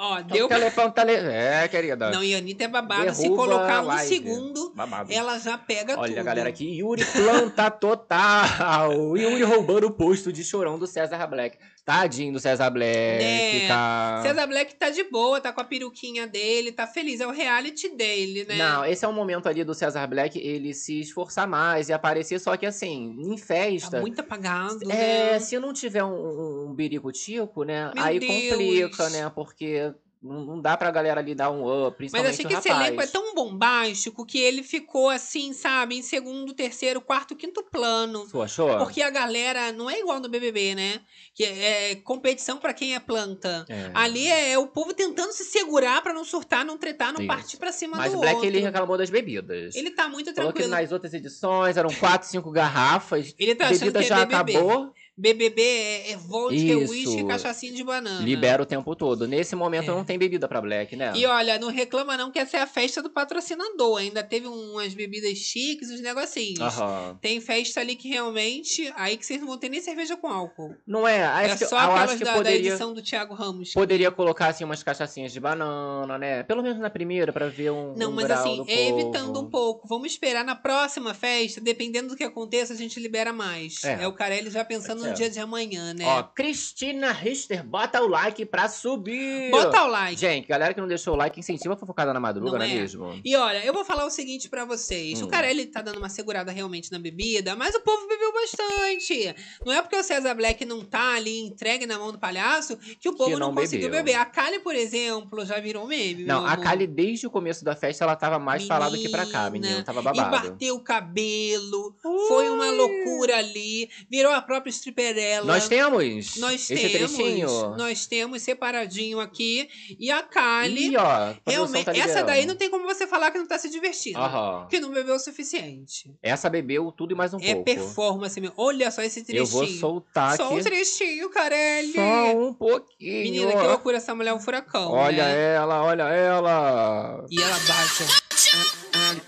A: Ó, deu.
B: Deu pra... É, querida.
A: Não, e a Anitta é babada. Se
B: Derruba
A: colocar
B: a
A: um
B: live.
A: segundo,
B: Babado.
A: ela já pega tudo.
B: Olha, galera, aqui, Yuri planta total. Yuri roubando o posto de chorão do César Black. Tadinho do César Black,
A: Né?
B: tá?
A: César Black tá de boa, tá com a peruquinha dele, tá feliz. É o reality dele, né?
B: Não, esse é o momento ali do César Black ele se esforçar mais e aparecer, só que assim, em
A: Tá
B: festa.
A: muito apagado,
B: é,
A: né?
B: se não tiver um, um, um birico tico, né?
A: Meu
B: aí
A: Deus.
B: complica, né? Porque Não, não dá pra galera ali dar um up,
A: Mas
B: principalmente
A: achei que
B: o
A: esse
B: rapaz.
A: elenco é tão bombástico que ele ficou assim, sabe, em segundo, terceiro, quarto, quinto plano.
B: Tu achou?
A: Porque a galera não é igual no BBB, né? Que é é competição pra quem é planta.
B: É.
A: Ali é, o povo tentando se segurar pra não surtar, não tretar, não
B: Isso.
A: partir pra cima
B: Mas
A: do
B: o Black,
A: outro.
B: ele reclamou das bebidas.
A: Ele tá muito
B: Falou que
A: tranquilo.
B: nas outras edições eram 4, 5 garrafas.
A: Ele tá
B: A
A: achando
B: bebida
A: que
B: já
A: é BBB.
B: acabou,
A: BBB é, é vodka, é
B: Isso.
A: uísque, é cachaçinha de banana.
B: libera o tempo todo. Nesse momento
A: É.
B: não tem bebida pra Black, né?
A: E olha, não reclama não que essa é a festa do patrocinador. Ainda teve umas bebidas chiques, uns negocinhos.
B: Aham.
A: Tem festa ali que realmente. Aí que vocês não vão ter nem cerveja com álcool.
B: Não é? Acho
A: é
B: que-
A: só
B: eu
A: aquelas
B: acho que
A: da, da
B: poderia,
A: edição do Thiago Ramos.
B: poderia colocar assim, umas cachaçinhas de banana, né? Pelo menos na primeira, pra ver um.
A: Não,
B: um
A: mas
B: grau
A: assim,
B: do
A: é
B: povo.
A: evitando um pouco. Vamos esperar na próxima festa, dependendo do que aconteça, a gente libera mais. É,
B: É.
A: o Carelli já pensando
B: É.
A: no dia de amanhã, né?
B: Ó, Cristina Richter, bota o like pra subir!
A: Bota o like.
B: Gente, galera que não deixou o like, incentiva a fofocada na madruga,
A: Não
B: não é,
A: é?
B: mesmo?
A: E olha, eu vou falar o seguinte pra vocês. O
B: Hum.
A: Carelli tá dando uma segurada realmente na bebida, mas o povo bebeu bastante. Não é porque o César Black não tá ali entregue na mão do palhaço que o povo não,
B: não
A: conseguiu
B: bebeu.
A: beber. A Kali, por exemplo, já virou meme.
B: Não,
A: meu
B: a
A: amor.
B: Kali, desde o começo da festa, ela tava mais falada que pra cá,
A: Menina,
B: menino. Tava é babado.
A: Embateu o cabelo. Foi uma loucura ali. Virou a própria stripperella.
B: Nós temos!
A: Nós
B: esse
A: temos.
B: trechinho.
A: Nós temos separadinho aqui. E a Kali,
B: Ih, ó, a produção
A: realmente.
B: tá
A: essa
B: liberando.
A: daí não tem como você falar que não tá se divertindo.
B: Aham.
A: Que não bebeu o suficiente.
B: Essa bebeu tudo e mais um
A: é
B: pouco.
A: performance mesmo. Olha só esse trechinho.
B: Eu vou soltar
A: Só
B: aqui
A: um trechinho, Carelli.
B: só um pouquinho.
A: Menina, que loucura essa mulher é um furacão.
B: olha
A: né?
B: ela, olha ela.
A: E ela bate.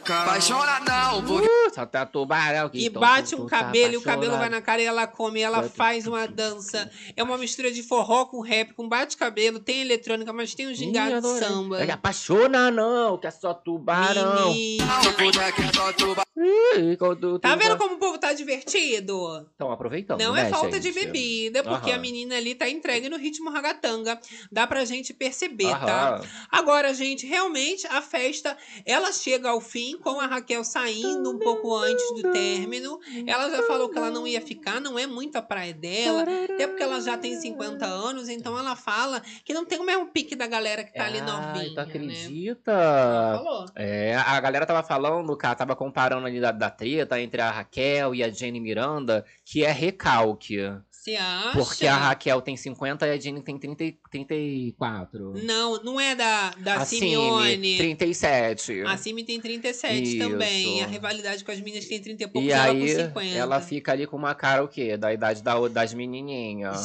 G: Apaixonadão, porque
B: Uh, só tá tubarão aqui.
A: E
B: Tô,
A: bate
B: tô,
A: um
B: tô,
A: cabelo, e o
B: tá
A: cabelo vai
B: apaixonado.
A: na cara e ela come, e ela faz uma dança. É uma mistura de forró com rap, com bate-cabelo, tem eletrônica, mas tem um gingado
B: Ih,
A: de
B: adorei.
A: samba.
B: Ele apaixona não, que é só tubarão.
A: Menina.
G: o boneco é só tubarão.
B: Ih, quando
A: Tá
B: tubarão-
A: vendo como o povo tá divertido?
B: Estão aproveitando,
A: Não
B: né,
A: é falta de
B: gente?
A: bebida, porque a
B: Aham.
A: menina ali tá entregue no ritmo ragatanga. Dá pra gente perceber, tá?
B: Aham.
A: Agora, gente, realmente a festa ela chega ao fim com a Raquel saindo um pouco antes do término. Ela já falou que ela não ia ficar, não é muito a praia dela, até porque ela já tem 50 anos, então ela fala que não tem o mesmo pique da galera que tá ali
B: Ai,
A: novinha.
B: tu
A: né?
B: acredita?
A: Ela falou.
B: É, a galera tava falando, cara, tava comparando ali da, da treta entre a Raquel e a Jenny Miranda, que é recalque.
A: Você acha?
B: Porque a Raquel tem 50 e a Jenny tem 30, e- Assim, 34.
A: Não, não é da, da
B: a
A: Simeone.
B: Cine, 37.
A: A Simi tem 37
B: Isso.
A: também. A rivalidade com as meninas tem 30 e poucos,
B: e
A: ela
B: aí,
A: com 50.
B: ela fica ali com uma cara o quê? Da idade da, das menininhas.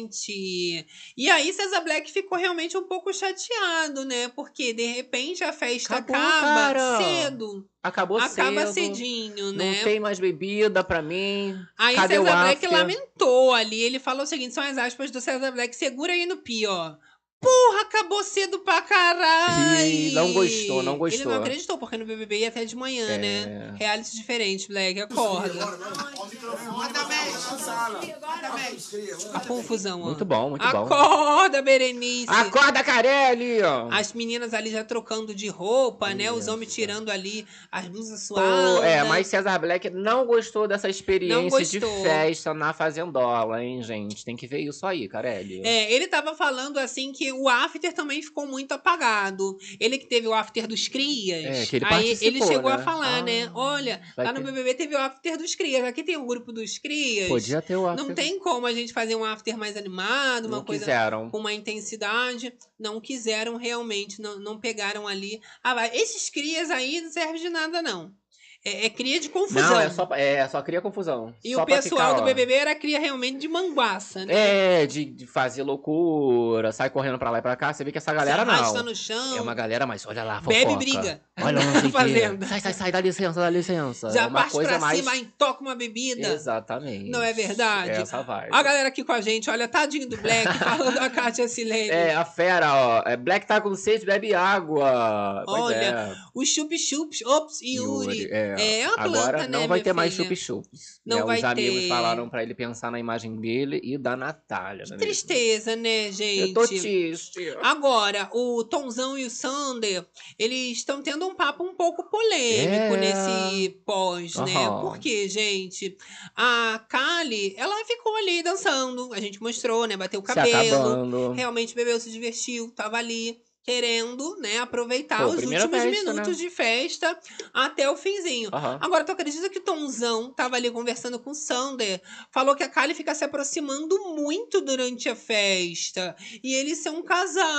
A: Gente. E aí, César Black ficou realmente um pouco chateado, né? Porque de repente a festa
B: Acabou,
A: acaba
B: cara.
A: cedo.
B: Acabou
A: acaba
B: cedo,
A: cedinho,
B: Não
A: né?
B: tem mais bebida pra mim.
A: Aí
B: cadê
A: César
B: o
A: Black
B: after?
A: lamentou ali. Ele falou o seguinte: são as aspas do César Black. Segura aí no pi, ó. Porra, acabou cedo pra caralho.
B: Ih, não gostou, não
A: Ele
B: gostou.
A: não acreditou, porque no BBB ia até de manhã,
B: É.
A: né? Reality diferente, Black. Acorda. A confusão, ó.
B: Muito bom, muito bom.
A: Acorda, Berenice.
B: Acorda, Carelli! ó.
A: As meninas ali já trocando de roupa, né? Os homens tirando ali as blusas suadas.
B: Pô, é, mas César Black não gostou dessa
A: Não
B: experiência
A: gostou.
B: de festa na Fazendola, hein, gente? Tem que ver isso aí, Carelli.
A: É, ele tava falando assim que o after também ficou muito apagado. Ele que teve o after dos crias.
B: É, que ele
A: aí ele
B: participou,
A: chegou a
B: né?
A: falar,
B: Ah,
A: né? Olha,
B: vai
A: lá no
B: ter-
A: BBB teve o after dos crias. Aqui tem o grupo dos crias.
B: Podia ter o after.
A: Não tem como a gente fazer um after mais animado, uma
B: Não
A: coisa
B: quiseram.
A: com uma intensidade, não quiseram realmente, não, não pegaram ali. a vibe. esses crias aí não servem de nada, não. É, é cria de confusão.
B: Não, é só, é, só cria confusão.
A: E
B: Só
A: o
B: pra
A: pessoal
B: ficar,
A: do
B: ó,
A: BBB era cria realmente de manguaça, né?
B: É, de, de fazer loucura, sai correndo pra lá e pra cá. Você vê que essa galera
A: Se arrasta
B: não.
A: no chão.
B: É uma galera mais, olha lá, fofoca.
A: Bebe e briga.
B: Olha onde que-
A: Fazenda.
B: Sai, sai, sai, dá licença, dá licença. é
A: Já
B: uma
A: parte
B: coisa
A: pra
B: mais...
A: cima, aí toca uma bebida.
B: Exatamente.
A: Não é verdade?
B: Essa vibe.
A: Ó A galera aqui com a gente, olha, tadinho do Black, falando a Kátia Silene.
B: É, a fera, ó. É Black tá com sede, bebe água. Pois
A: Olha,
B: é.
A: Os chup-chups, ops, e Yuri.
B: é.
A: É uma
B: Agora
A: planta,
B: não
A: né,
B: vai
A: minha
B: ter mais
A: filha?
B: chup-chups.
A: Não
B: né?
A: vai
B: Os amigos
A: ter.
B: falaram pra ele pensar na imagem dele e da Natália. né, mesmo?
A: Tristeza, né, gente?
B: Eu tô triste.
A: Agora, o Tonzão e o Sander, eles estão tendo um papo um pouco polêmico
B: É.
A: nesse pós, né?
B: Aham.
A: Porque, gente, a Kali, ela ficou ali dançando, a gente mostrou, né? Bateu o
B: Se
A: cabelo,
B: acabando.
A: realmente bebeu, se divertiu, tava ali querendo, né, aproveitar
B: Pô,
A: os
B: primeira
A: últimos
B: festa, né?
A: minutos de festa até o finzinho.
B: Aham.
A: Agora, tu acredita que o Tonzão tava ali conversando com o Sander? Falou que a Kylie fica se aproximando muito durante a festa. E eles são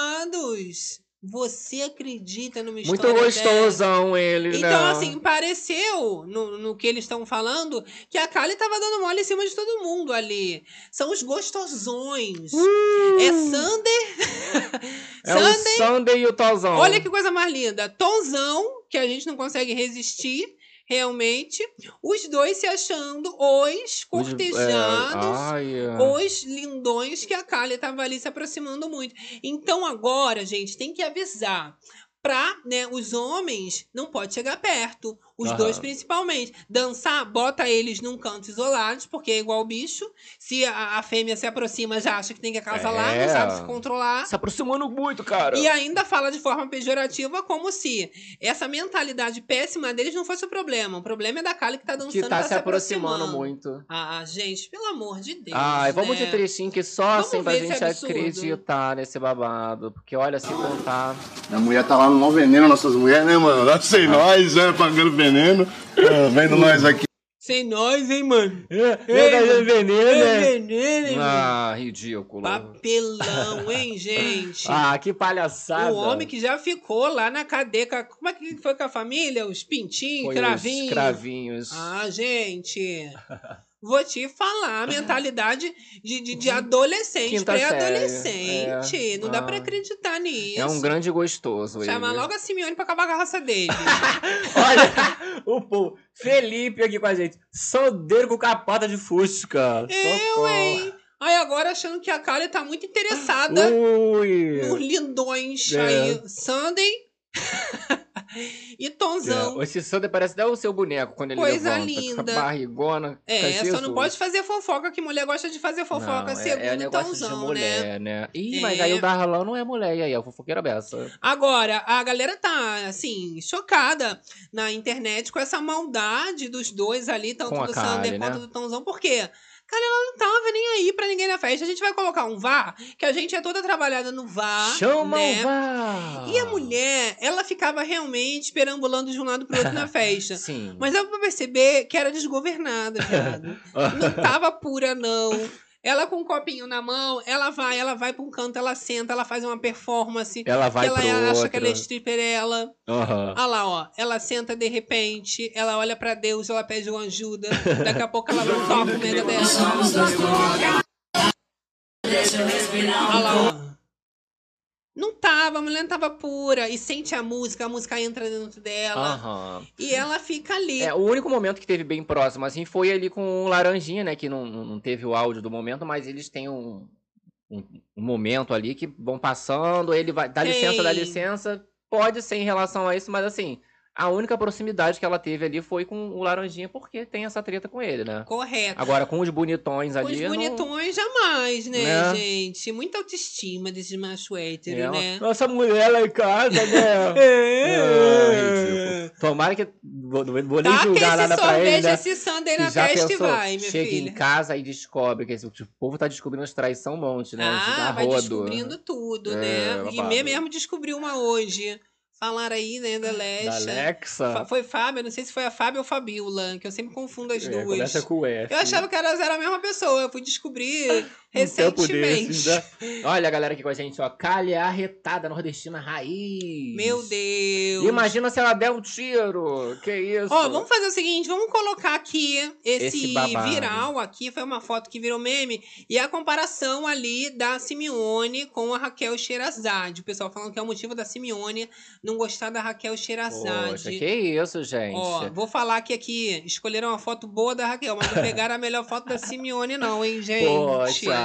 A: casados. Você acredita numa história
B: Muito
A: dessa?
B: gostosão ele, né?
A: né? Então, assim, pareceu, no, no que eles estão falando, que a Kali tava dando mole em cima de todo mundo ali. São os gostosões.
B: Uh!
A: É Sander.
B: É o Sunday e o Tozão.
A: Olha que coisa mais linda. Tonzão, que a gente não consegue resistir, realmente. Os dois se achando os
B: Os- é,
A: cortejados.
B: ai, é.
A: Os lindões que a Kali tava ali se aproximando muito. Então agora, gente, tem que avisar. Pra, né, os homens não pode chegar perto. Os
B: Aham.
A: dois principalmente. Dançar, bota eles num canto isolados, porque é igual bicho. Se a, a fêmea se aproxima, já acha que tem que acasalar,
B: É.
A: não sabe se controlar.
B: Se aproximando muito, cara.
A: E ainda fala de forma pejorativa como se essa mentalidade péssima deles não fosse o problema. O problema é da Kali que tá dançando
B: que tá
A: tá
B: se aproximando, muito.
A: Ah, gente, pelo amor de Deus.
B: Ai, vamos
A: né?
B: de trechinho que só
A: Vamos
B: assim pra
A: ver esse
B: gente
A: absurdo.
B: acreditar nesse babado. Porque olha, se contar.
G: Minha mulher tá lá no mau veneno, nossas mulheres, né, mano? Lá sei nós, né? Pagando veneno. Ah, Vendo nós aqui.
A: Sem nós, hein, mano?
B: Ei,
A: É veneno, hein, mano?
B: né? Ah, ridículo.
A: Papelão, hein, gente?
B: Ah, que palhaçada.
A: o homem que já ficou lá na cadeia. com a- Como é que foi com a família? Os pintinhos,
B: Foi os
A: cravinhos.
B: cravinhos.
A: Ah, gente. Vou te falar, a mentalidade de, de, de adolescente,
B: Quinta
A: pré-adolescente.
B: série, é.
A: Não dá pra
B: Ah.
A: acreditar nisso.
B: é um grande gostoso ele.
A: Chama logo a Simeone pra acabar com a raça dele.
B: Olha, o povo. Felipe aqui com a gente. Sandeiro com capota de fusca.
A: Eu, hein? Aí agora achando que a Kali tá muito interessada
B: Ui.
A: nos lindões
B: É.
A: aí. Sunday e Tonzão.
B: É, Esse Sander parece até o seu boneco quando ele
A: Coisa
B: levanta. com
A: linda.
B: Essa barrigona.
A: É,
B: fica
A: só não
B: Jesus.
A: pode fazer fofoca, que mulher gosta de fazer fofoca,
B: Não, é-
A: segundo
B: é, negócio
A: Tonzão,
B: de
A: assim, né?
B: mulher, né? Ih,
A: É.
B: mas aí o Darlan não é mulher, e aí? É o fofoqueiro beça.
A: Agora, a galera tá, assim, chocada na internet com essa maldade dos dois ali, tanto
B: Com a
A: do Sander
B: Kali, né?
A: quanto do Tonzão, por quê? Cara, ela não tava nem aí pra ninguém na festa. A gente vai colocar um VAR, que a gente é toda trabalhada no VAR.
B: Chama
A: né?
B: o VAR!
A: E a mulher, ela ficava realmente perambulando de um lado pro outro na festa.
B: Sim.
A: Mas assim, dava pra perceber que era desgovernada, viado. Não tava pura, não. Ela com um copinho na mão, ela vai, ela vai pra um canto, ela senta, ela faz uma performance
B: Ela vai
A: que ela
B: pro
A: acha
B: outro.
A: que ela é stripper, ela.
B: Aham.
A: Olha lá, ó. Ela senta de repente, ela olha pra Deus, ela pede uma ajuda. Daqui a pouco ela não toca o mega dela.
B: um
A: Olha Ah lá, ó. Não tava, a mulher não tava pura. E sente a música, a música entra dentro dela.
B: Aham.
A: E ela fica ali.
B: Ah. É, o único momento que teve bem próximo, assim, foi ali com o Laranjinha, né? Que não, não não teve o áudio do momento, mas eles têm um, um- um momento ali que vão passando, ele vai. Dá licença, dá
A: Tem.
B: licença. Pode ser em relação a isso, mas assim, a única proximidade que ela teve ali foi com o Laranjinha, porque tem essa treta com ele, né?
A: Correto.
B: Agora, com os bonitões
A: Com os
B: tá ali. não-
A: bonitões, jamais, né,
B: Né?
A: gente? Muita autoestima desses macho hétero,
B: É,
A: né?
B: Nossa mulher lá em casa, né? É, ridículo. Tomara que. Vou, vou nem
A: Taca
B: julgar
A: esse
B: nada pra ele.
A: sorvete,
B: né?
A: esse sundae na
B: Que já
A: festa e
B: pensou,
A: vai, minha
B: chega
A: filha.
B: em casa e descobre que esse, o povo tá descobrindo as traição um monte, né?
A: Ah,
B: A
A: vai
B: rodo.
A: descobrindo tudo,
B: É,
A: né?
B: babado.
A: Guimê mesmo descobriu uma hoje. Falaram aí, né, da
B: Da
A: Lesha. Fa-
B: Alexa.
A: Foi Fábio, não sei se foi a Fábio ou Fabiola, que eu sempre confundo as
B: É,
A: duas.
B: começa com o F.
A: Eu achava que elas eram a mesma pessoa, eu fui descobrir
B: Um tempo desses,
A: recentemente.
B: né? Olha a galera aqui com a gente, ó. Calha arretada, nordestina raiz.
A: Meu Deus.
B: Imagina se ela der um tiro. Que isso?
A: Ó, vamos fazer o seguinte, vamos colocar aqui esse,
B: Esse babado.
A: viral aqui, foi uma foto que virou meme, e a comparação ali da Simeone com a Raquel Sherazade. O pessoal falando que é o motivo da Simeone não gostar da Raquel Sherazade.
B: Poxa, que isso, gente.
A: Ó, vou falar que aqui escolheram uma foto boa da Raquel, mas não pegaram a melhor foto da Simeone não, hein, gente?
B: Poxa,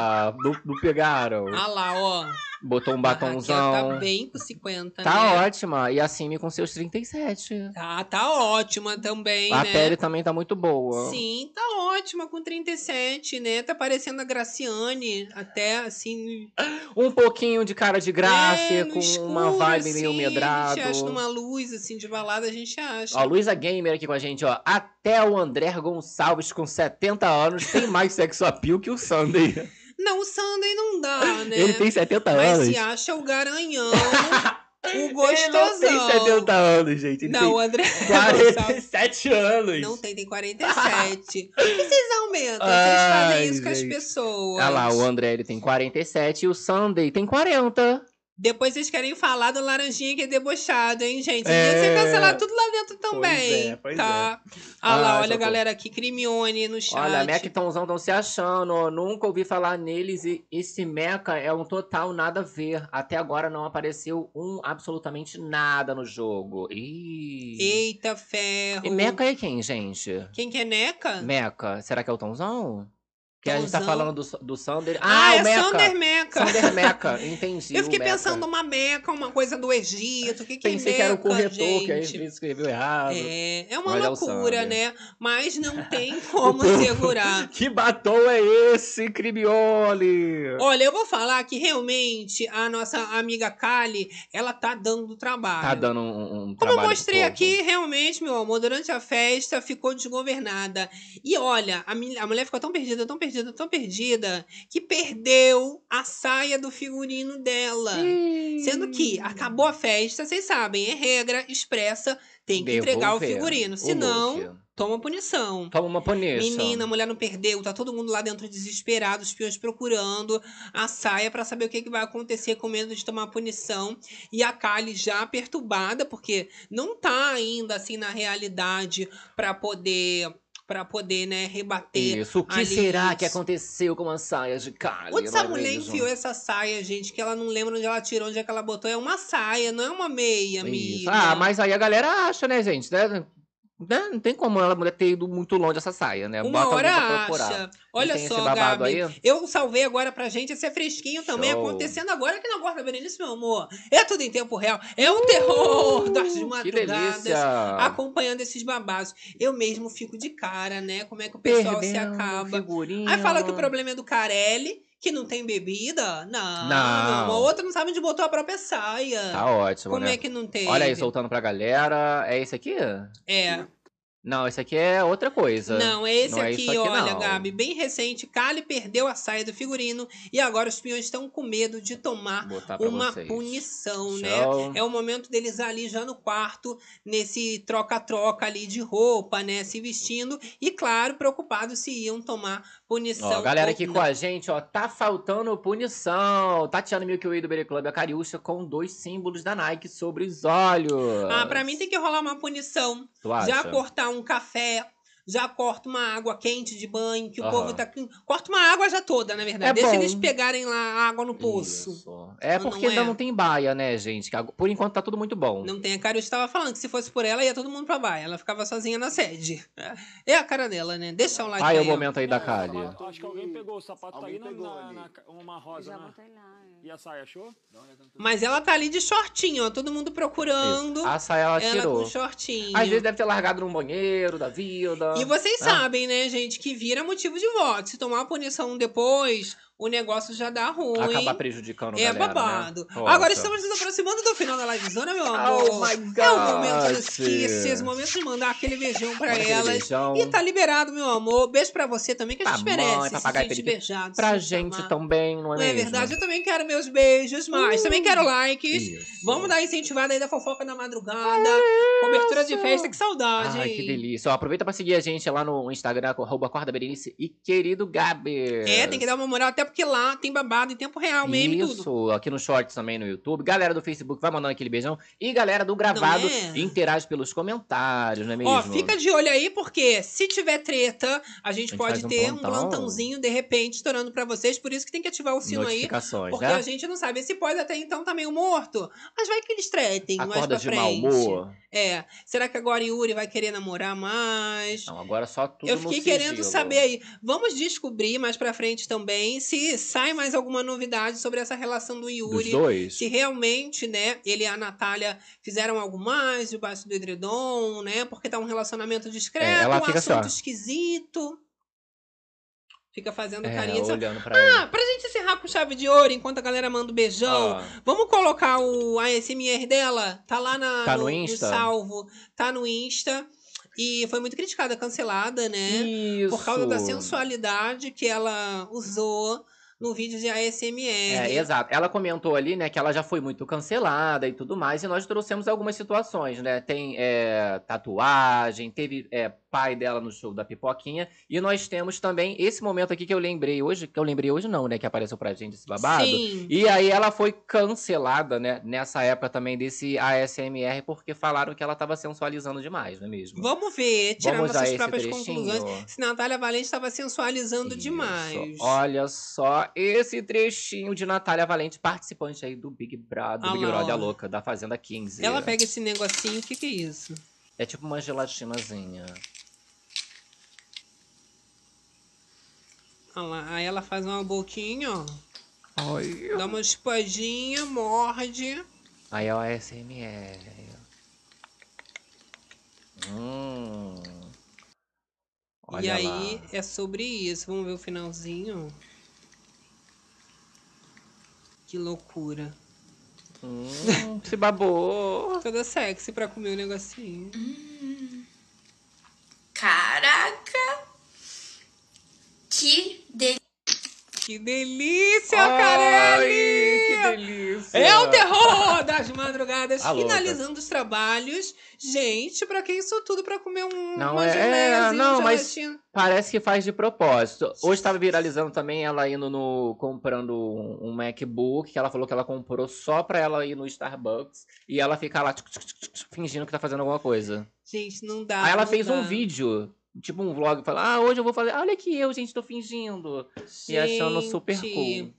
B: não, não pegaram.
A: Ah lá, ó.
B: Botou um
A: A Raquel tá
B: batonzão.
A: bem com 50,
B: Tá
A: né?
B: ótima. E a Simi com seus 37.
A: Tá, tá ótima também,
B: a
A: né?
B: pele também tá muito boa.
A: Sim, tá ótima com 37, né? Tá parecendo a Graciane, até assim.
B: Um pouquinho de cara de graça,
A: é, no
B: com
A: escuro,
B: uma vibe meio
A: assim, A
B: medrado.
A: gente acha numa luz assim de balada, a gente acha.
B: Ó, Luísa Gamer aqui com a gente, ó. Até o André Gonçalves, com 70 anos, tem mais sexo appeal que o Sunday.
A: Não, o Sunday não dá, né?
B: Ele tem 70
A: Mas
B: anos.
A: se acha o garanhão, o
B: Ele não tem
A: gostosão.
B: 70 anos, gente. Ele
A: Não, o André
B: tem
A: Gonçalves
B: 47 anos.
A: Não tem, tem 47. O que vocês aumentam? Vocês
B: Ai,
A: fazem isso com as
B: gente.
A: pessoas.
B: Olha lá, o André ele tem 47 e o Sunday tem 40.
A: Depois vocês querem falar do Laranjinha que é debochado, hein, gente?
B: É.
A: Ia ser cancelado tudo lá dentro também.
B: é, pois
A: tá? Olha lá, olha
B: Ah,
A: a
B: socorro.
A: galera aqui, Crimione no chat.
B: Olha, Meca e Tonzão estão se achando. ó. Nunca ouvi falar neles e esse Meca é um total nada a ver. Até agora não apareceu um absolutamente nada no jogo. Ih.
A: Eita, ferro.
B: E Meca é quem, gente?
A: Quem que é Neca?
B: Meca, será que é o Tonzão? Que a gente tá
A: Tonzão.
B: falando do, do Sander.
A: Ah,
B: Ah, o
A: é
B: Meca.
A: Sander Meca.
B: Sander Meca, entendi.
A: Eu fiquei
B: o Meca.
A: pensando uma Meca, uma coisa do Egito. O que, que
B: Pensei
A: é Meca,
B: que era o corretor
A: gente?
B: que às vezes escreveu errado.
A: É, é uma
B: Mas é o
A: loucura,
B: Sander.
A: né? Mas não tem como
B: povo-
A: segurar.
B: Que batom é esse, Cribioli?
A: Olha, eu vou falar que realmente a nossa amiga Kali, ela tá dando trabalho.
B: Tá dando um, um
A: Como eu
B: trabalho pro
A: mostrei
B: povo.
A: aqui, realmente, meu amor, durante a festa ficou desgovernada. E olha, a, meni- a mulher ficou tão perdida, tão perdida, tão perdida, que perdeu a saia do figurino dela. Sendo que acabou a festa, vocês sabem, é regra expressa, tem que entregar o
B: Devolver
A: figurino.
B: o
A: Senão,
B: look.
A: toma punição.
B: Toma uma punição.
A: Menina, a mulher não perdeu, tá todo mundo lá dentro desesperado, os peões procurando a saia pra saber o que, que vai acontecer com medo de tomar punição. E a Kali já perturbada, porque não tá ainda assim na realidade pra poder para poder, né, rebater.
B: Isso, o que
A: ali,
B: será
A: isso.
B: que aconteceu com as saias de Kali?
A: Onde essa
B: não é
A: mulher
B: mesmo?
A: enfiou essa saia, gente, que ela não lembra onde ela tirou, onde é que ela botou. É uma saia, não é uma meia,
B: Isso.
A: amiga.
B: Ah, mas aí a galera acha, né, gente? Né? Né? Não tem como ela- a mulher ter ido muito longe essa saia, né?
A: Uma
B: Bota
A: hora
B: alguém pra procurar.
A: acha. Olha
B: tem esse
A: só,
B: babado
A: Gabi.
B: aí?
A: Eu salvei agora pra gente. Esse é fresquinho também,
B: Show.
A: acontecendo agora aqui na Guarda Berenice, meu amor. É tudo em tempo real. É o terror das
B: Uh, Que
A: madrugadas.
B: delícia!
A: Acompanhando esses babados. Eu mesmo fico de cara, né? Como é que o pessoal se
B: Perdendo
A: acaba.
B: figurinha.
A: Aí fala que o problema é do Carelli, que não tem bebida. Não.
B: Não.
A: Uma outra não sabe onde botou a própria saia.
B: Tá ótimo,
A: Como
B: né?
A: é que não tem?
B: Olha aí, soltando pra galera. É esse aqui?
A: É.
B: Não, esse aqui é outra coisa.
A: Não, é esse
B: Não é
A: aqui,
B: isso aqui,
A: olha,
B: não.
A: Gabi. Bem recente, Kali perdeu a saia do figurino e agora os peões estão com medo de tomar
B: botar pra
A: uma
B: vocês.
A: punição, né?
B: Show.
A: É o momento deles ali já no quarto, nesse troca-troca ali de roupa, né? Se vestindo e, claro, preocupados se iam tomar punição.
B: Ó, galera
A: ou
B: aqui
A: não.
B: com a gente, ó, tá faltando punição. Tatiana Milkway do Berry Club, a Cariúcha, com dois símbolos da Nike sobre os olhos.
A: Ah, pra mim tem que rolar uma punição.
B: Tu acha?
A: Já cortar um café. Já corta uma água quente de banho, que o
B: Aham.
A: povo tá. com- Corta uma água já toda, na verdade.
B: É
A: Deixa
B: bom.
A: eles pegarem lá a água no poço.
B: Isso. É
A: Não,
B: porque
A: não é.
B: ainda não tem baia, né, gente? Que ag- Por enquanto tá tudo muito bom.
A: Não tem a cara, eu estava falando que se fosse por ela, ia todo mundo pra baia. Ela ficava sozinha na sede. É a cara dela, né? Deixa um like
B: Ah, é o
A: aí, ó.
B: momento aí da Kali.
H: Acho que alguém pegou o sapato tá
G: Alguém
H: ali na,
G: pegou
H: na-
G: ali.
H: na- uma rosa,
E: Já
H: né?
E: botei lá.
H: E a saia, achou?
A: Mas ela tá ali de shortinho, ó. Todo mundo procurando.
B: Isso. A saia ela
A: Ela
B: tirou.
A: com shortinho.
B: Às vezes deve ter largado num banheiro da vida.
A: E vocês
B: Ah.
A: sabem, né, gente, que vira motivo de voto. Se tomar uma punição depois, o negócio já dá ruim.
B: Acabar prejudicando a
A: é
B: galera,
A: babado.
B: né?
A: Agora
B: Nossa.
A: estamos nos aproximando do final da livezona, meu amor.
B: Oh my God.
A: É o momento dos kisses, o momento de mandar aquele beijão pra
B: Olha aquele
A: elas.
B: beijão.
A: E tá liberado, meu amor. Beijo pra você também, que a
B: Pra
A: gente
B: mãe,
A: merece.
B: Tá é
A: se
B: papagaio,
A: sente
B: periquito.
A: beijado,
B: Pra
A: se
B: gente
A: amar.
B: também, não é
A: Não é
B: mesmo? Uh!
A: verdade? Eu também quero meus beijos, mas também quero likes.
B: Isso.
A: Vamos dar incentivada aí da fofoca da madrugada. Cobertura de festa, que saudade.
B: Ai, que
A: hein?
B: delícia. Ó, aproveita pra seguir a gente lá no Instagram, arroba Corda Berenice e querido Gabi.
A: É, tem que dar uma moral, até porque lá tem babado em tempo real, meme e
B: Isso,
A: tudo.
B: aqui no Shorts também no YouTube. Galera do Facebook vai mandando aquele beijão. E galera do
A: Não
B: gravado,
A: é?
B: interage pelos comentários, não é mesmo?
A: Ó, fica de olho aí, porque se tiver treta, a gente,
B: A gente
A: pode
B: faz um
A: ter um
B: plantão.
A: plantãozinho, de repente, estourando pra vocês. Por assim, é isso que tem que ativar o sino aí.
B: Notificações,
A: Porque
B: né?
A: a gente não sabe. Esse pode até então tá meio morto. Mas vai que eles tretem mais
B: Acorda
A: é pra
B: de mau
A: frente.
B: humor.
A: É. Será que agora Yuri vai querer namorar mais?
B: Não, agora só tudo
A: Eu
B: no
A: fiquei querendo
B: sigilo.
A: saber aí. Vamos descobrir mais pra frente também se sai mais alguma novidade sobre essa relação do
I: Dos
A: Yuri.
I: dois.
A: Se realmente, né, ele e a Natália fizeram algo mais debaixo do edredom, né? Porque tá um relacionamento discreto,
B: É, ela
A: um
B: fica assim,
A: assunto
B: ó.
A: esquisito. Fica fazendo
B: É,
A: carinha. de-
B: olhando pra ele.
A: Ah, pra gente encerrar com chave de ouro, enquanto a galera manda um beijão,
B: Ah.
A: vamos colocar o ASMR dela? Tá lá na,
B: Tá no Insta?
A: salvo, tá no Insta. E foi muito criticada, cancelada, né?
B: Isso.
A: Por causa da sensualidade que ela usou no vídeo de ASMR.
B: É, exato. Ela comentou ali, né, que ela já foi muito cancelada e tudo mais, e nós trouxemos algumas situações, né? Tem é, tatuagem, teve é, pai dela no show da pipoquinha, e nós temos também esse momento aqui que eu lembrei hoje, que eu lembrei hoje não, né, que apareceu pra gente esse babado.
A: Sim.
B: E aí ela foi cancelada, né, nessa época também desse ASMR, porque falaram que ela tava sensualizando demais, não é mesmo?
A: Vamos ver, tirando
B: Vamos a
A: suas
B: esse
A: próprias
B: trechinho?
A: conclusões. Se Natália Valente estava sensualizando
B: Isso.
A: demais.
B: Olha só esse trechinho de Natália Valente, participante aí do Big Brother, do
A: Ah
B: Big
A: lá,
B: Brother
A: ó.
B: a louca, da Fazenda 15.
A: Ela pega esse negocinho, o que, que é isso?
B: É tipo uma gelatinazinha.
A: Olha lá, aí ela faz uma boquinha, ó. Dá uma espadinha, morde.
B: Aí é o ASMR. Hum. Olha
A: e aí
B: lá.
A: é sobre isso. Vamos ver o finalzinho. Que loucura.
B: Hum, se babou.
A: Toda sexy pra comer o negocinho.
J: Caraca! Que delícia!
A: Que delícia,
B: Ai,
A: Carelli!
B: que delícia.
A: É o terror das madrugadas,
B: A louca.
A: finalizando os trabalhos. Gente, pra que isso tudo pra comer um,
B: Não,
A: uma
B: é-
A: geleia,
B: é, não,
A: um
B: mas-
A: gelatina?
B: Parece que faz de propósito. Hoje tava viralizando também ela indo no. comprando um, um MacBook, que ela falou que ela comprou só pra ela ir no Starbucks e ela ficar lá tchuc, tchuc, tchuc, tchuc, fingindo que tá fazendo alguma coisa.
A: Gente, não dá.
B: Aí ela
A: não
B: fez um
A: dá.
B: vídeo, tipo um vlog, falando: Ah, hoje eu vou fazer. Ah, olha aqui eu, gente, tô fingindo. E achando super
A: Gente,
B: cool.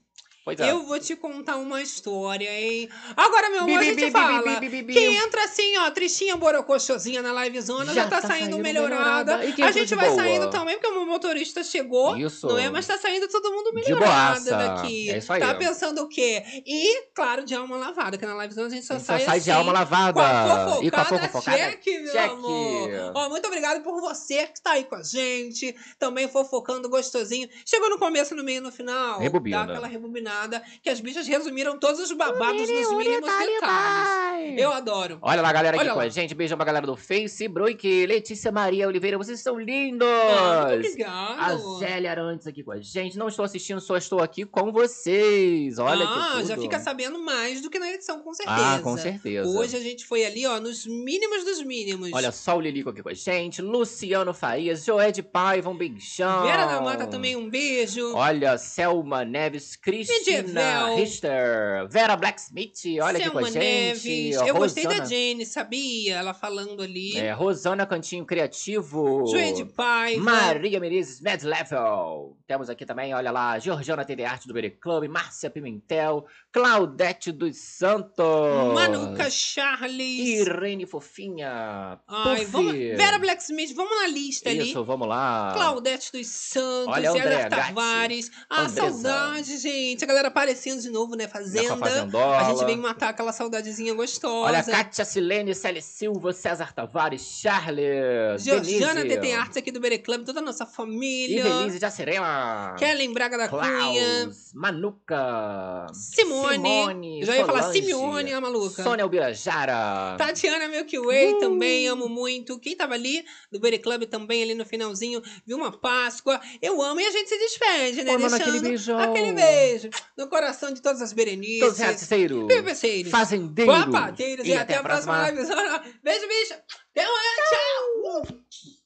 B: Pois é.
A: Eu vou te contar uma história, hein? Agora, meu amor, a
B: Bi, bi,
A: gente
B: bi, bi,
A: fala.
B: bi, bi, bi, bi.
A: Quem entra assim, ó, tristinha, borocochosinha na livezona, já,
B: Já
A: tá,
B: tá
A: saindo
B: saindo
A: melhorada.
B: melhorada. E quem
A: A
B: entrou
A: gente
B: de
A: vai
B: boa?
A: saindo também, porque o meu motorista chegou.
B: Isso.
A: Não é? Mas tá saindo todo mundo
B: De
A: melhorada
B: boaça.
A: daqui.
B: É isso aí.
A: Tá pensando o quê? E, claro, de alma lavada, que na livezona a gente só
B: Então Só
A: sai
B: sai
A: assim,
B: de alma lavada.
A: Com a fofocada,
B: e com a fofocada.
A: cheque, meu
B: cheque.
A: amor. Ó, muito obrigado por você que tá aí com a gente, também fofocando gostosinho. Chegou no começo, no meio e no final.
B: Rebobina.
A: Dá aquela rebobinada, que as bichas resumiram todos os babados nos mínimos
B: tá
A: detalhes. Eu adoro.
B: Olha lá, galera, aqui
A: tá. Olha
B: com
A: lá.
B: a gente. Beijão pra galera do Face, Broik, Letícia Maria Oliveira, vocês são lindos!
A: Ah, muito
B: a
A: obrigado.
B: Zélia Arantes aqui com a gente. Não estou assistindo, só estou aqui com vocês. Olha
A: ah,
B: que tudo.
A: já fica sabendo mais do que na edição, com certeza.
B: Ah, com certeza.
A: Hoje a gente foi ali, ó, nos mínimos dos mínimos.
B: Olha só o Lilico aqui com a gente. Luciano Farias, Joé de Paiva, um beijão.
A: Vera da Mata também, um beijo.
B: Olha, Selma Neves, Cristina
A: Medieval.
B: Richter, Vera Blacksmith, olha aqui com
A: Selma
B: a gente.
A: Neves. Eu
B: Rosana,
A: gostei da Jenny, sabia? Ela falando ali.
B: é, Rosana Cantinho Criativo.
A: Joia né? de Paiva.
B: Maria Menezes, Mad Level. Temos aqui também, olha lá, Georgiana TV Arte do Bere Club, Márcia Pimentel, Claudete dos Santos.
A: Manuca Charles.
B: Irene Fofinha.
A: Ai,
B: Puffy.
A: vamos, Vera Blacksmith, vamos na lista ali.
B: Isso, vamos lá.
A: Claudete dos Santos,
B: Olha,
A: Helena
B: Andréa Gatti,
A: Tavares. Ah,
B: Andresa.
A: saudade, gente. A galera aparecendo de novo, né? Fazenda.
B: Nossa fazendola.
A: A gente vem matar aquela saudadezinha gostosa.
B: Olha, Kátia Silene, Célia Silva, César Tavares, Charles,
A: Georgiana
B: Denise,
A: TT Arts aqui do Bere Club, toda a nossa família.
B: Ivelise de Acerema,
A: Kellen Braga da Cunha.
B: Klaus, Manuca,
A: Simone.
B: Simone
A: Já ia falar
B: Solange,
A: Simeone, a maluca. Tá
B: Sônia Albirajara.
A: Tatiana Milky Way também,
B: Uh.
A: amo muito. Quem tava ali do Berry Club também, ali no finalzinho, viu uma Páscoa. Eu amo e a gente se despede, né?
B: Pô, mano,
A: Deixando
B: aquele beijão.
A: aquele beijo no coração de todas as
B: Todos
A: Berenices,
B: reticeiros.
A: Bebeceiros,
B: Fazendeiros.
A: Guapateiros e, até a próxima live. Beijo, bicho. Até amanhã. Tchau.